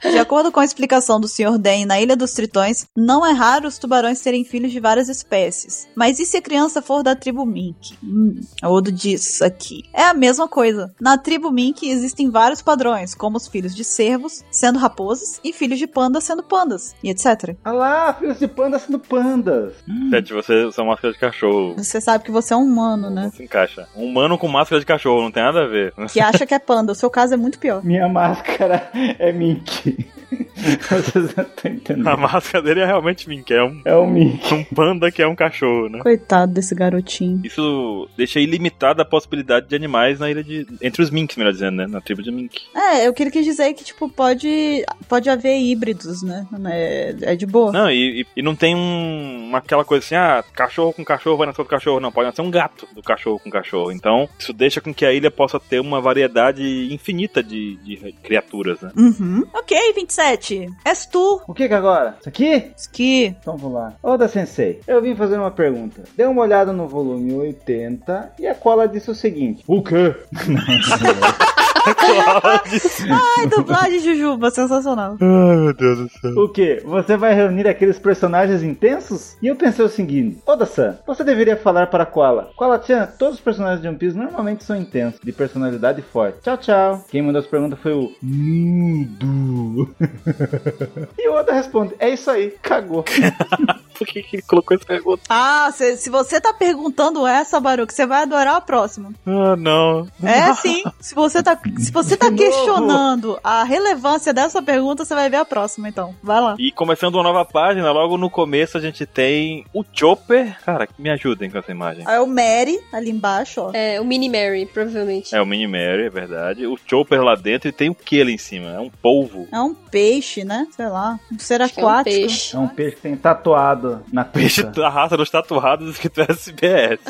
Speaker 2: De acordo com a explicação do Sr. Den na Ilha dos Tritões, não é raro os tubarões serem filhos de várias espécies. Mas e se a criança for da tribo Mink? Hum, o Odo diz aqui. É a mesma coisa. Na tribo Mink existem vários padrões, como os filhos de cervos sendo raposas e filhos de pandas sendo pandas, e etc.
Speaker 4: Olha lá, filhos de pandas sendo pandas.
Speaker 3: Sete, você são máscara de cachorro.
Speaker 2: Você sabe que você é um humano,
Speaker 3: Não
Speaker 2: né?
Speaker 3: se encaixa. Um humano com máscara de cachorro, não tem nada a ver.
Speaker 2: Que acha que é panda. O seu caso é muito pior.
Speaker 4: Minha máscara é Mink. Vocês não estão
Speaker 3: A
Speaker 4: entendendo.
Speaker 3: máscara dele é realmente mim, que é um,
Speaker 4: É o Mink.
Speaker 3: um panda que é um cachorro, né?
Speaker 2: Coitado desse garotinho.
Speaker 3: Isso deixa ilimitada a possibilidade de animais na ilha de. Entre os minks, melhor dizendo, né? Na tribo de mink.
Speaker 2: É, o que ele quis dizer é que, tipo, pode, pode haver híbridos, né? É, é de boa.
Speaker 3: Não, e, e- e não tem um, uma- aquela coisa assim, ah, cachorro com cachorro vai nascer outro cachorro. Não, pode nascer um gato do cachorro com cachorro. Então, isso deixa com que a ilha possa ter uma variedade infinita de, de criaturas, né?
Speaker 2: Uhum. Ok, 27. És tu.
Speaker 4: O que que agora? Isso aqui?
Speaker 2: Ski.
Speaker 4: Então vamos lá. Oda Sensei, eu vim fazer uma pergunta. Dê uma olhada no volume 80 e a cola disse o seguinte. O quê?
Speaker 2: Ai, dublagem de Jujuba, sensacional.
Speaker 3: Ai, meu Deus do céu.
Speaker 4: O que? Você vai reunir aqueles personagens intensos? E eu pensei o seguinte: Oda-san, você deveria falar para Koala. Koala-chan, todos os personagens de One Piece normalmente são intensos, de personalidade forte. Tchau, tchau. Quem mandou as perguntas foi o Nudo. e o Oda responde: É isso aí, cagou.
Speaker 3: Por que, que ele colocou essa pergunta?
Speaker 2: Ah, se, se você tá perguntando essa, Baruque, você vai adorar a próxima.
Speaker 3: Ah, não.
Speaker 2: É sim. Se você tá, se você tá questionando a relevância dessa pergunta, você vai ver a próxima, então. Vai lá.
Speaker 3: E começando uma nova página, logo no começo a gente tem o Chopper. Cara, me ajudem com essa imagem.
Speaker 2: Aí É o Mary, ali embaixo, ó.
Speaker 1: É, o Mini Mary, provavelmente.
Speaker 3: É o Mini Mary, é verdade. O Chopper lá dentro e tem o que ali em cima? É um polvo.
Speaker 2: É um peixe, né? Sei lá. Um ser
Speaker 1: Acho que é um
Speaker 2: aquático.
Speaker 1: peixe.
Speaker 4: É um peixe que tem tatuado na
Speaker 3: Peixe tá-
Speaker 4: cuca.
Speaker 3: da raça dos tatuados escrito SBS.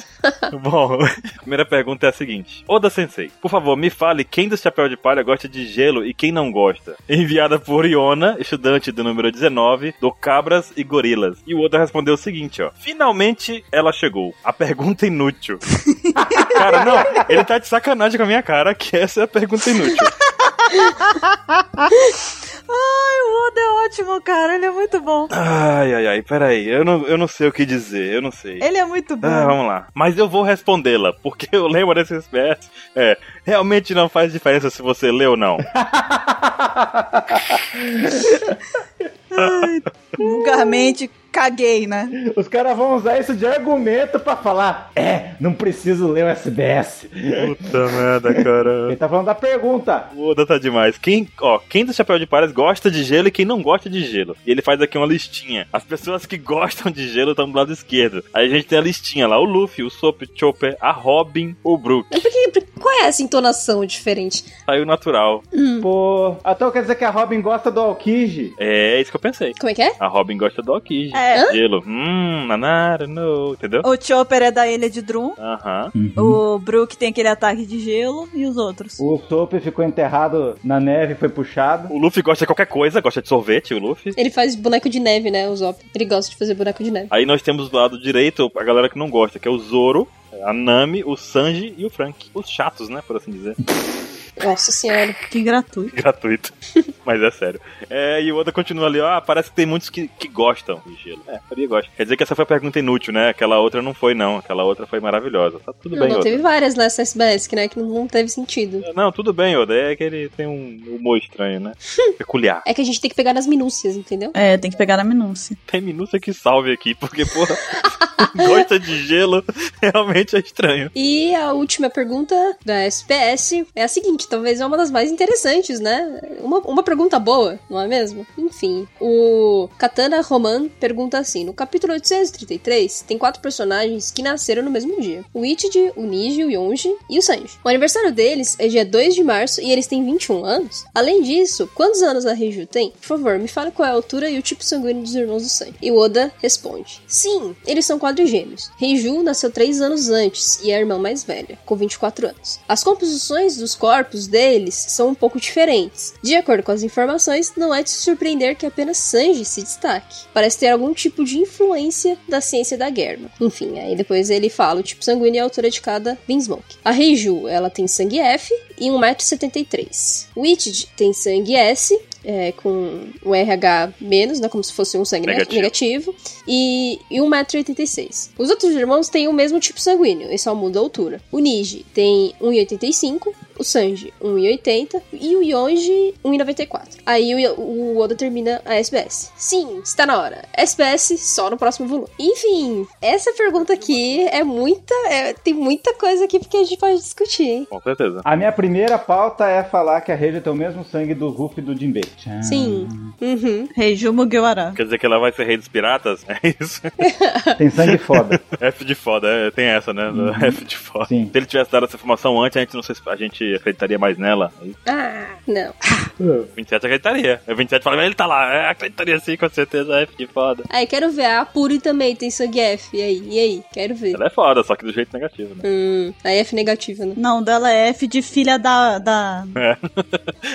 Speaker 3: Bom, a primeira pergunta é a seguinte: Oda Sensei, por favor, me fale quem do Chapéu de Palha gosta de gelo e quem não gosta. Enviada por Iona, estudante do número 19, do Cabras e Gorilas. E o Oda respondeu o seguinte: ó. Finalmente ela chegou. A pergunta inútil. cara, não, ele tá de sacanagem com a minha cara, que essa é a pergunta inútil.
Speaker 2: Ai, o Oda é ótimo, cara. Ele é muito bom.
Speaker 3: Ai, ai, ai, peraí, eu não, eu não sei o que dizer, eu não sei.
Speaker 2: Ele é muito bom.
Speaker 3: Ah, vamos lá. Mas eu vou respondê-la, porque eu lembro desse espécie. É, realmente não faz diferença se você lê ou não.
Speaker 2: Vulgarmente, caguei, né?
Speaker 4: Os caras vão usar isso de argumento pra falar: É, não preciso ler o SBS.
Speaker 3: Puta merda, cara.
Speaker 4: Ele tá falando da pergunta.
Speaker 3: O Oda tá demais. Quem, ó, quem do Chapéu de Palhas gosta de gelo e quem não gosta de gelo. E ele faz aqui uma listinha. As pessoas que gostam de gelo estão do lado esquerdo. Aí a gente tem a listinha lá. O Luffy, o Sop, o Chopper, a Robin, o Brook.
Speaker 1: Mas por que- por- qual é essa entonação diferente?
Speaker 3: Saiu natural.
Speaker 4: Pô, então quer dizer que a Robin gosta do Alkiji?
Speaker 3: É isso que eu pensei.
Speaker 1: Como é que é?
Speaker 3: A Robin gosta do Okiji.
Speaker 2: É.
Speaker 3: Gelo. Hum, nanara, no. Entendeu?
Speaker 2: O Chopper é da Ilha de
Speaker 3: Oh.
Speaker 2: Drum.
Speaker 3: Aham.
Speaker 2: O Brook tem aquele ataque de gelo e os outros.
Speaker 4: O Soap ficou enterrado na neve, foi puxado.
Speaker 3: O Luffy gosta de qualquer coisa, gosta de sorvete, o Luffy.
Speaker 1: Ele faz boneco de neve, né? O Zop. Ele gosta de fazer boneco de neve.
Speaker 3: Aí nós temos do lado direito a galera que não gosta, que é o Zoro. A Nami, o Sanji e o Frank. Os chatos, né, por assim dizer.
Speaker 1: Nossa senhora.
Speaker 2: Que é gratuito.
Speaker 3: Gratuito. Mas é sério. É, e o Oda continua ali, ah, parece que tem muitos que, que gostam de gelo. É, Faria gosta. Quer dizer que essa foi a pergunta inútil, né? Aquela outra não foi, não. Aquela outra foi maravilhosa. Tá tudo
Speaker 1: Não,
Speaker 3: bem, Oda.
Speaker 1: teve várias nessa SBS, que, né, que não teve sentido.
Speaker 3: Não, tudo bem, Oda. É que ele tem um humor estranho, né? Peculiar.
Speaker 1: É que a gente tem que pegar nas minúcias, entendeu?
Speaker 2: É, tem que pegar na minúcia.
Speaker 3: Tem minúcia que salve aqui, porque, porra, gosta de gelo realmente é estranho.
Speaker 1: E a última pergunta da SPS é a seguinte, talvez é uma das mais interessantes, né? Uma, uma pergunta boa, não é mesmo? Enfim, o Katana Roman pergunta assim: no capítulo 833, tem quatro personagens que nasceram no mesmo dia: o Ichiji, o Niji, o Yonji e o Sanji. O aniversário deles é dia 2 de março e eles têm 21 anos. Além disso, quantos anos a Riju tem? Por favor, me fala qual é a altura e o tipo sanguíneo dos irmãos do Sanji. E o Oda responde: Sim, eles são quadrigêmeos. Reiju nasceu três anos antes e é a irmã mais velha, com 24 anos. As composições dos corpos deles são um pouco diferentes. De acordo com as informações, não é de se surpreender que apenas Sanji se destaque. Parece ter algum tipo de influência da ciência da Germa. Enfim, aí depois ele fala o tipo sanguíneo e a altura de cada Binsmoke. A Reiju, ela tem sangue F e 1,73m. O Itid tem sangue S é, com o RH menos, né? Como se fosse um sangue
Speaker 3: Negativo.
Speaker 1: negativo. e, e 1,86m. Os outros irmãos têm o mesmo tipo sanguíneo, e só muda a altura. O Niji tem 1,85m, o Sanji 1,80 e o Yonji 1,94. Aí o, o Oda termina a SBS. Sim, está na hora. SBS só no próximo volume. Enfim, essa pergunta aqui é muita. é- tem muita coisa aqui porque a gente pode discutir, hein?
Speaker 3: Com certeza.
Speaker 4: A minha primeira pauta é falar que a Reja tem o mesmo sangue do Ruff e do Jinbei. Tchan.
Speaker 1: Sim. Uhum.
Speaker 2: Reiju Mugiwara.
Speaker 3: Quer dizer que ela vai ser rei dos piratas? É isso.
Speaker 4: Tem sangue foda.
Speaker 3: F de foda, é, tem essa, né? F de foda.
Speaker 4: Sim.
Speaker 3: Se ele tivesse dado essa informação antes, a gente não sei se a gente acreditaria mais nela. Aí,
Speaker 1: Ah, não.
Speaker 3: 27 acreditaria. Aí 27 fala, mas ele tá lá, é, acreditaria sim, com certeza, é F de foda.
Speaker 1: Aí quero ver. A Puri também tem sangue F. E aí? E aí? Quero ver.
Speaker 3: Ela é foda, só que do jeito negativo, né?
Speaker 1: Hum, aí F negativa, né?
Speaker 2: Não, dela é F de filha da. da...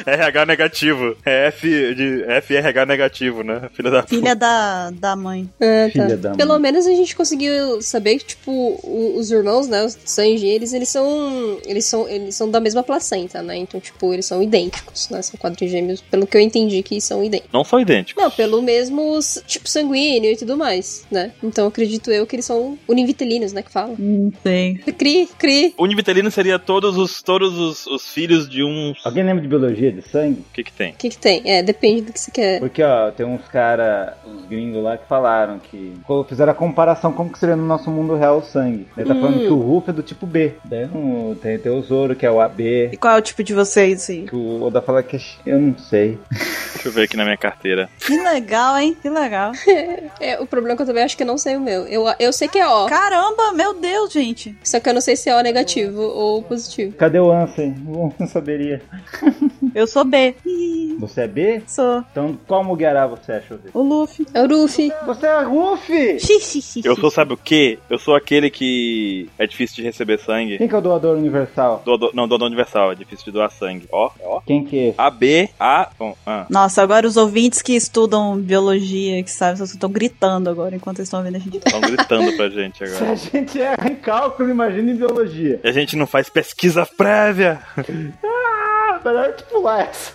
Speaker 3: É. RH negativo. É F de FRH negativo, né? Filha da
Speaker 2: Filha da, da mãe.
Speaker 1: Ah,
Speaker 4: Filha da
Speaker 1: Pelo
Speaker 4: mãe.
Speaker 1: menos a gente conseguiu saber que, tipo, o- os irmãos, né? Os Sanji, eles, eles são. Eles são. Eles são da mesma placenta, né? Então, tipo, eles são idênticos, né? São quadrigêmeos, pelo que eu entendi que são idênticos.
Speaker 3: Não são idênticos.
Speaker 1: Não, pelo mesmo s- tipo sanguíneo e tudo mais, né? Então acredito eu que eles são univitelinos, né? Que fala.
Speaker 2: Não sei.
Speaker 1: Cri, cri.
Speaker 3: Univitelino seria todos os todos os, os filhos de um.
Speaker 4: Alguém lembra de biologia de sangue?
Speaker 3: O que que tem?
Speaker 1: O que, que tem? É, depende do que você quer.
Speaker 4: Porque, ó, tem uns cara, uns gringos lá que falaram que co- fizeram a comparação como que seria no nosso mundo real o sangue. Ele tá
Speaker 1: Hum.
Speaker 4: falando que o Ruff é do tipo B. Daí não- tem, tem o Zoro, que é o AB.
Speaker 2: E qual é o tipo de vocês aí?
Speaker 4: Que o Oda fala que é... chi- Eu não sei.
Speaker 3: Deixa eu ver aqui na minha carteira.
Speaker 2: Que legal, hein? Que legal.
Speaker 1: É, o problema é que eu também acho que eu não sei o meu. Eu, eu sei que é O,
Speaker 2: Caramba, meu Deus, gente.
Speaker 1: só que eu não sei se é O negativo ou positivo.
Speaker 4: Cadê o Ansem? Eu não saberia.
Speaker 2: Eu sou B.
Speaker 4: Você é B?
Speaker 2: Sou
Speaker 4: Então qual Mugiará você é, Chove?
Speaker 2: o Luffy.
Speaker 1: É o Ruffy.
Speaker 4: Você é Ruff!
Speaker 2: Xixi, xixi.
Speaker 3: Eu sou, sabe o quê? Eu sou aquele que é difícil de receber sangue.
Speaker 4: Quem que é o doador universal?
Speaker 3: Doador, não, doador universal, é difícil de doar sangue. Ó, ó.
Speaker 4: Quem que é esse?
Speaker 3: A, B, A. bom, ah.
Speaker 2: Nossa, agora os ouvintes que estudam biologia, que sabem, vocês estão gritando agora enquanto eles estão ouvindo a gente.
Speaker 3: Estão gritando pra gente
Speaker 4: Se a
Speaker 3: agora.
Speaker 4: gente erra em cálculo, imagina em biologia.
Speaker 3: E a gente não faz pesquisa prévia.
Speaker 4: Ah, melhor que pular essa.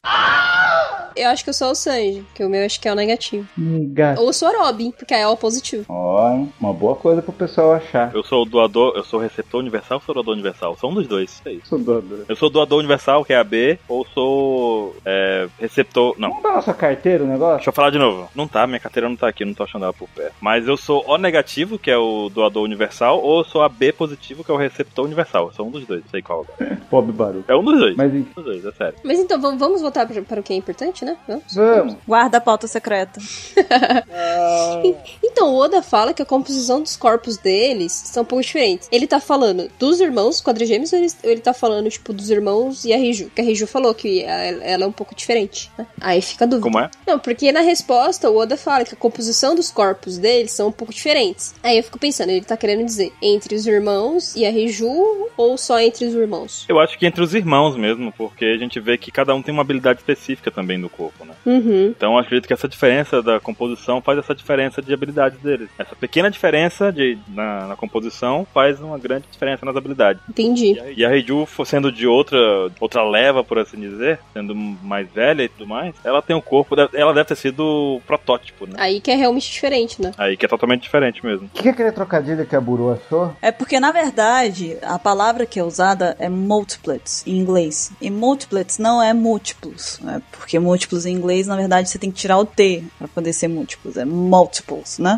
Speaker 1: Eu acho que eu sou o Sanji, que o meu acho que é o negativo.
Speaker 4: Muga.
Speaker 1: Ou eu sou a Robin, porque é o positivo.
Speaker 4: Ó, hein? uma boa coisa pro pessoal achar.
Speaker 3: Eu sou o doador, eu sou o receptor universal ou sou o doador universal? Sou um dos dois. É isso.
Speaker 4: sou doador.
Speaker 3: Eu sou o doador universal, que é a B, ou sou é, receptor. Não.
Speaker 4: Vamos dar na sua carteira o negócio?
Speaker 3: Deixa eu falar de novo. Não tá, minha carteira não tá aqui, não tô achando ela por pé. Mas eu sou O negativo, que é o doador universal, ou eu sou a B positivo, que é o receptor universal. Eu sou um dos dois, não sei qual agora.
Speaker 4: Pobre barulho.
Speaker 3: É um dos dois.
Speaker 4: Mas enfim.
Speaker 3: Um dos dois, é sério.
Speaker 1: Mas então, vamos, vamos voltar pra- para o que é importante, né? Vamos.
Speaker 4: Vamos.
Speaker 2: Guarda a pauta secreta.
Speaker 1: Então, o Oda fala que a composição dos corpos deles são um pouco diferentes. Ele tá falando dos irmãos quadrigêmeos ou ele, ou ele tá falando, tipo, dos irmãos e a Riju? Que a Riju falou que a- ela é um pouco diferente, né? Aí fica a dúvida.
Speaker 3: Como é?
Speaker 1: Não, porque na resposta o Oda fala que a composição dos corpos deles são um pouco diferentes. Aí eu fico pensando, ele tá querendo dizer entre os irmãos e a Riju ou só entre os irmãos?
Speaker 3: Eu acho que entre os irmãos mesmo, porque a gente vê que cada um tem uma habilidade específica também do corpo, né?
Speaker 1: Uhum.
Speaker 3: Então eu acredito que essa diferença da composição faz essa diferença de habilidade habilidades deles. Essa pequena diferença de, na, na composição faz uma grande diferença nas habilidades.
Speaker 1: Entendi.
Speaker 3: E a Reiju, sendo de outra, outra leva, por assim dizer, sendo mais velha e tudo mais, ela tem um corpo, de- ela deve ter sido protótipo, né?
Speaker 1: Aí que é realmente diferente, né?
Speaker 3: Aí que é totalmente diferente mesmo.
Speaker 4: O que, que é aquele trocadilho que a Buru achou?
Speaker 2: É porque, na verdade, a palavra que é usada é multiplets em inglês. E multiplets não é múltiplos. Né? Porque múltiplos em inglês, na verdade, você tem que tirar o T para poder ser múltiplos. É multiples, né?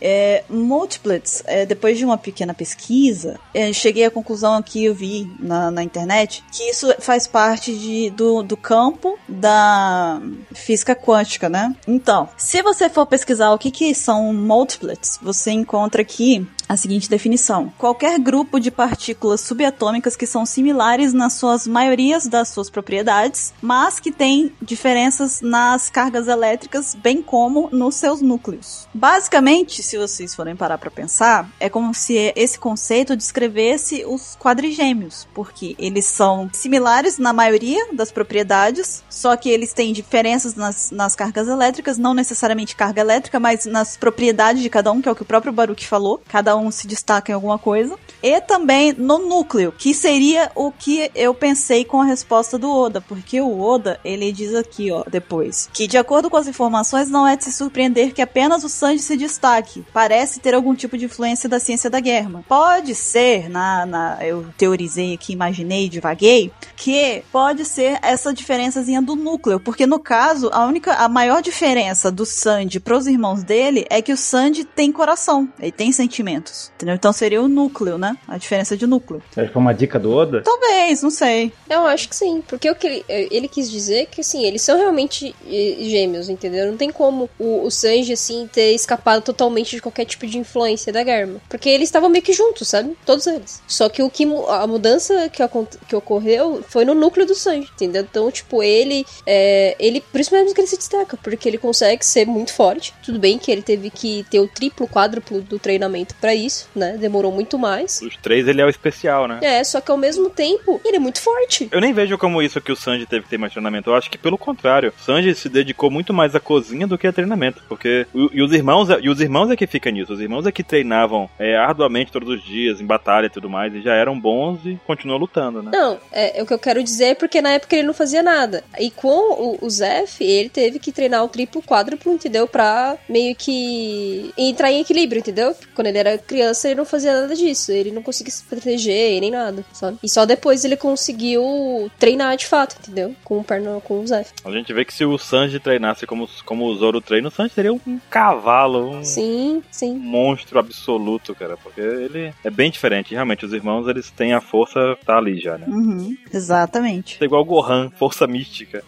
Speaker 2: É, multiplets, é, depois de uma pequena pesquisa, é, cheguei à conclusão que eu vi na, na internet que isso faz parte de, do, do campo da física quântica, né? Então, se você for pesquisar o que, que são multiplets, você encontra aqui a seguinte definição: qualquer grupo de partículas subatômicas que são similares nas suas maiorias das suas propriedades, mas que têm diferenças nas cargas elétricas, bem como nos seus núcleos. Basicamente, se vocês forem parar para pensar, é como se esse conceito descrevesse os quadrigêmeos, porque eles são similares na maioria das propriedades, só que eles têm diferenças nas, nas cargas elétricas, não necessariamente carga elétrica, mas nas propriedades de cada um, que é o que o próprio Baruch falou. Cada um se destaca em alguma coisa. E também no núcleo, que seria o que eu pensei com a resposta do Oda, porque o Oda, ele diz aqui, ó, depois, que de acordo com as informações, não é de se surpreender que apenas o Sanji se destaque. Parece ter algum tipo de influência da ciência da guerra. Pode ser, na, na eu teorizei aqui, imaginei, divaguei, que pode ser essa diferençazinha do núcleo, porque no caso, a única, a maior diferença do Sandy pros irmãos dele é que o Sandy tem coração, ele tem sentimentos, entendeu? Então seria o núcleo, né? A diferença de núcleo.
Speaker 4: Será que foi uma dica do Oda?
Speaker 2: Talvez, não sei.
Speaker 1: Eu acho que sim, porque o que ele, ele quis dizer é que, assim, eles são realmente eh, gêmeos, entendeu? Não tem como o, o Sanji, assim, ter escapado totalmente de qualquer tipo de influência da Germa. Porque eles estavam meio que juntos, sabe? Todos eles. Só que o que mu- a mudança que, acon- que ocorreu foi no núcleo do Sanji, entendeu? Então, tipo, ele, é, ele... Por isso mesmo que ele se destaca, porque ele consegue ser muito forte. Tudo bem que ele teve que ter o triplo, quádruplo do treinamento pra isso, né? Demorou muito mais.
Speaker 3: Dos três, ele é o especial, né?
Speaker 1: É, só que ao mesmo tempo, ele é muito forte.
Speaker 3: Eu nem vejo como isso que o Sanji teve que ter mais treinamento. Eu acho que pelo contrário, o Sanji se dedicou muito mais à cozinha do que a treinamento, porque o- e os irmãos e os irmãos é que fica nisso. Os irmãos é que treinavam é, arduamente todos os dias em batalha e tudo mais e já eram bons e continuam lutando, né?
Speaker 1: Não, é, é o que eu quero dizer é porque na época ele não fazia nada. E com o, o Zef, ele teve que treinar o triplo, o quádruplo, entendeu? Pra meio que entrar em equilíbrio, entendeu? Quando ele era criança, ele não fazia nada disso. Ele não conseguia se proteger e nem nada, sabe? E só depois ele conseguiu treinar de fato, entendeu? Com o perna com o Zef.
Speaker 3: A gente vê que se o Sanji treinasse como como o Zoro treina, o Sanji seria um cavalo, um
Speaker 1: Sim, sim.
Speaker 3: monstro absoluto, cara, porque ele é bem diferente. Realmente os irmãos eles têm a força tá ali já, né?
Speaker 2: Uhum, exatamente.
Speaker 3: É igual o Gohan, força mística.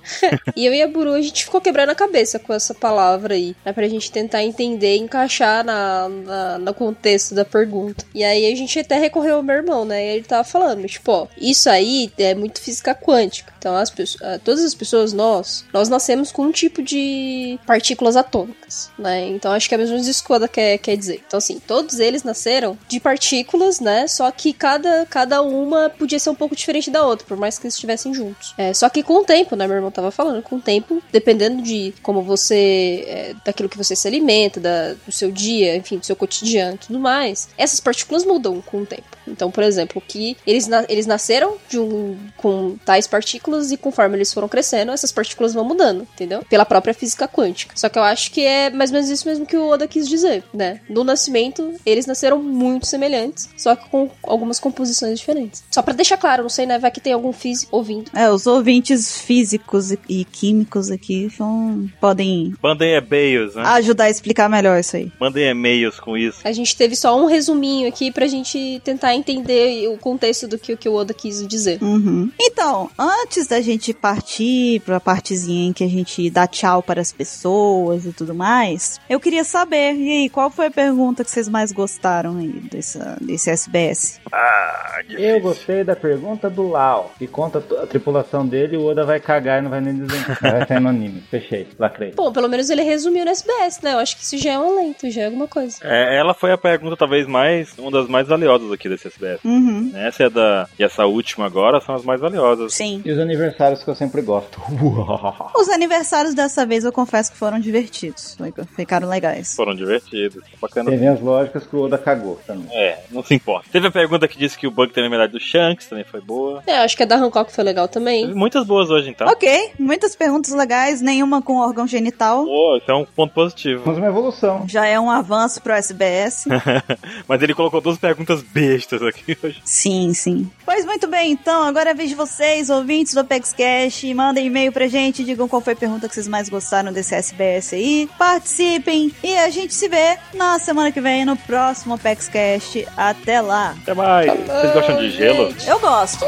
Speaker 1: E eu e a Buru, a gente ficou quebrando a cabeça com essa palavra aí. Né, pra gente tentar entender e encaixar na, na- no contexto da pergunta. E aí a gente até recorreu ao meu irmão, né? E ele tava falando, tipo, ó, isso aí é muito física quântica. Então, as pesso- ah, todas as pessoas, nós, nós nascemos com um tipo de partículas atômicas, né? Então, acho que é mesmo isso que Skoda quer, quer dizer. Então, assim, todos eles nasceram de partículas, né? Só que cada, cada uma podia ser um pouco diferente da outra, por mais que eles estivessem juntos. É, só que com o tempo, né? Meu irmão tava falando, com o tempo, dependendo de como você. é, daquilo que você se alimenta, da- do seu dia, enfim, do seu cotidiano e tudo mais, essas partículas mudam com o tempo. Então, por exemplo, que eles, na- eles nasceram de um- com tais partículas e conforme eles foram crescendo, essas partículas vão mudando, entendeu? Pela própria física quântica. Só que eu acho que é mais ou menos isso mesmo que o Oda quis dizer, né? No nascimento, eles nasceram muito semelhantes, só que com algumas composições diferentes. Só pra deixar claro, não sei, né? Vai que tem algum físico ouvindo.
Speaker 2: É, os ouvintes físicos e- e químicos aqui vão, podem
Speaker 3: Mandem e-mails, né?
Speaker 2: ajudar a explicar melhor isso aí.
Speaker 3: Mandem e-mails com isso.
Speaker 1: A gente teve só um resuminho aqui pra gente tentar entender o contexto do que, o que o Oda quis dizer.
Speaker 2: Uhum. Então, antes da gente partir pra partezinha em que a gente dá tchau para as pessoas e tudo mais, eu queria saber, e aí, qual foi a pergunta que vocês mais gostaram aí dessa, desse SBS?
Speaker 4: Eu gostei da pergunta do Lau, que conta to- a tripulação dele e o Oda vai cagar e não vai nem dizer. vai sair no anime. Fechei, lacrei.
Speaker 1: Bom, pelo menos ele resumiu no SBS, né? Eu acho que isso já é um alento, já é alguma coisa.
Speaker 3: É, ela foi a pergunta pergunta talvez mais, uma das mais valiosas aqui desse SBS.
Speaker 2: Uhum.
Speaker 3: Essa é da. E essa última agora são as mais valiosas.
Speaker 2: Sim.
Speaker 4: E os aniversários que eu sempre gosto.
Speaker 2: Os aniversários dessa vez eu confesso que foram divertidos. Ficaram legais.
Speaker 3: Foram divertidos. Bacana.
Speaker 4: Tem linhas lógicas que o Oda cagou também.
Speaker 3: É, não se importa. Teve a pergunta que disse que o Bug tem memória do Shanks, também foi boa.
Speaker 1: É, acho que a da Hancock foi legal também.
Speaker 3: Teve muitas boas hoje, então.
Speaker 2: Ok, muitas perguntas legais, nenhuma com órgão genital.
Speaker 3: Pô, isso é um ponto positivo.
Speaker 4: Mas uma evolução.
Speaker 2: Já é um avanço pro SBS.
Speaker 3: Mas ele colocou duas perguntas bestas aqui hoje.
Speaker 2: sim, sim. Pois muito bem, então, agora é a vez de vocês, ouvintes do Apex Cash. Mandem e-mail pra gente, digam qual foi a pergunta que vocês mais gostaram desse SBS aí. Participem e a gente se vê na semana que vem no próximo Apex Cash. Até lá.
Speaker 3: Até mais. Vocês gostam de gelo?
Speaker 2: Eu gosto.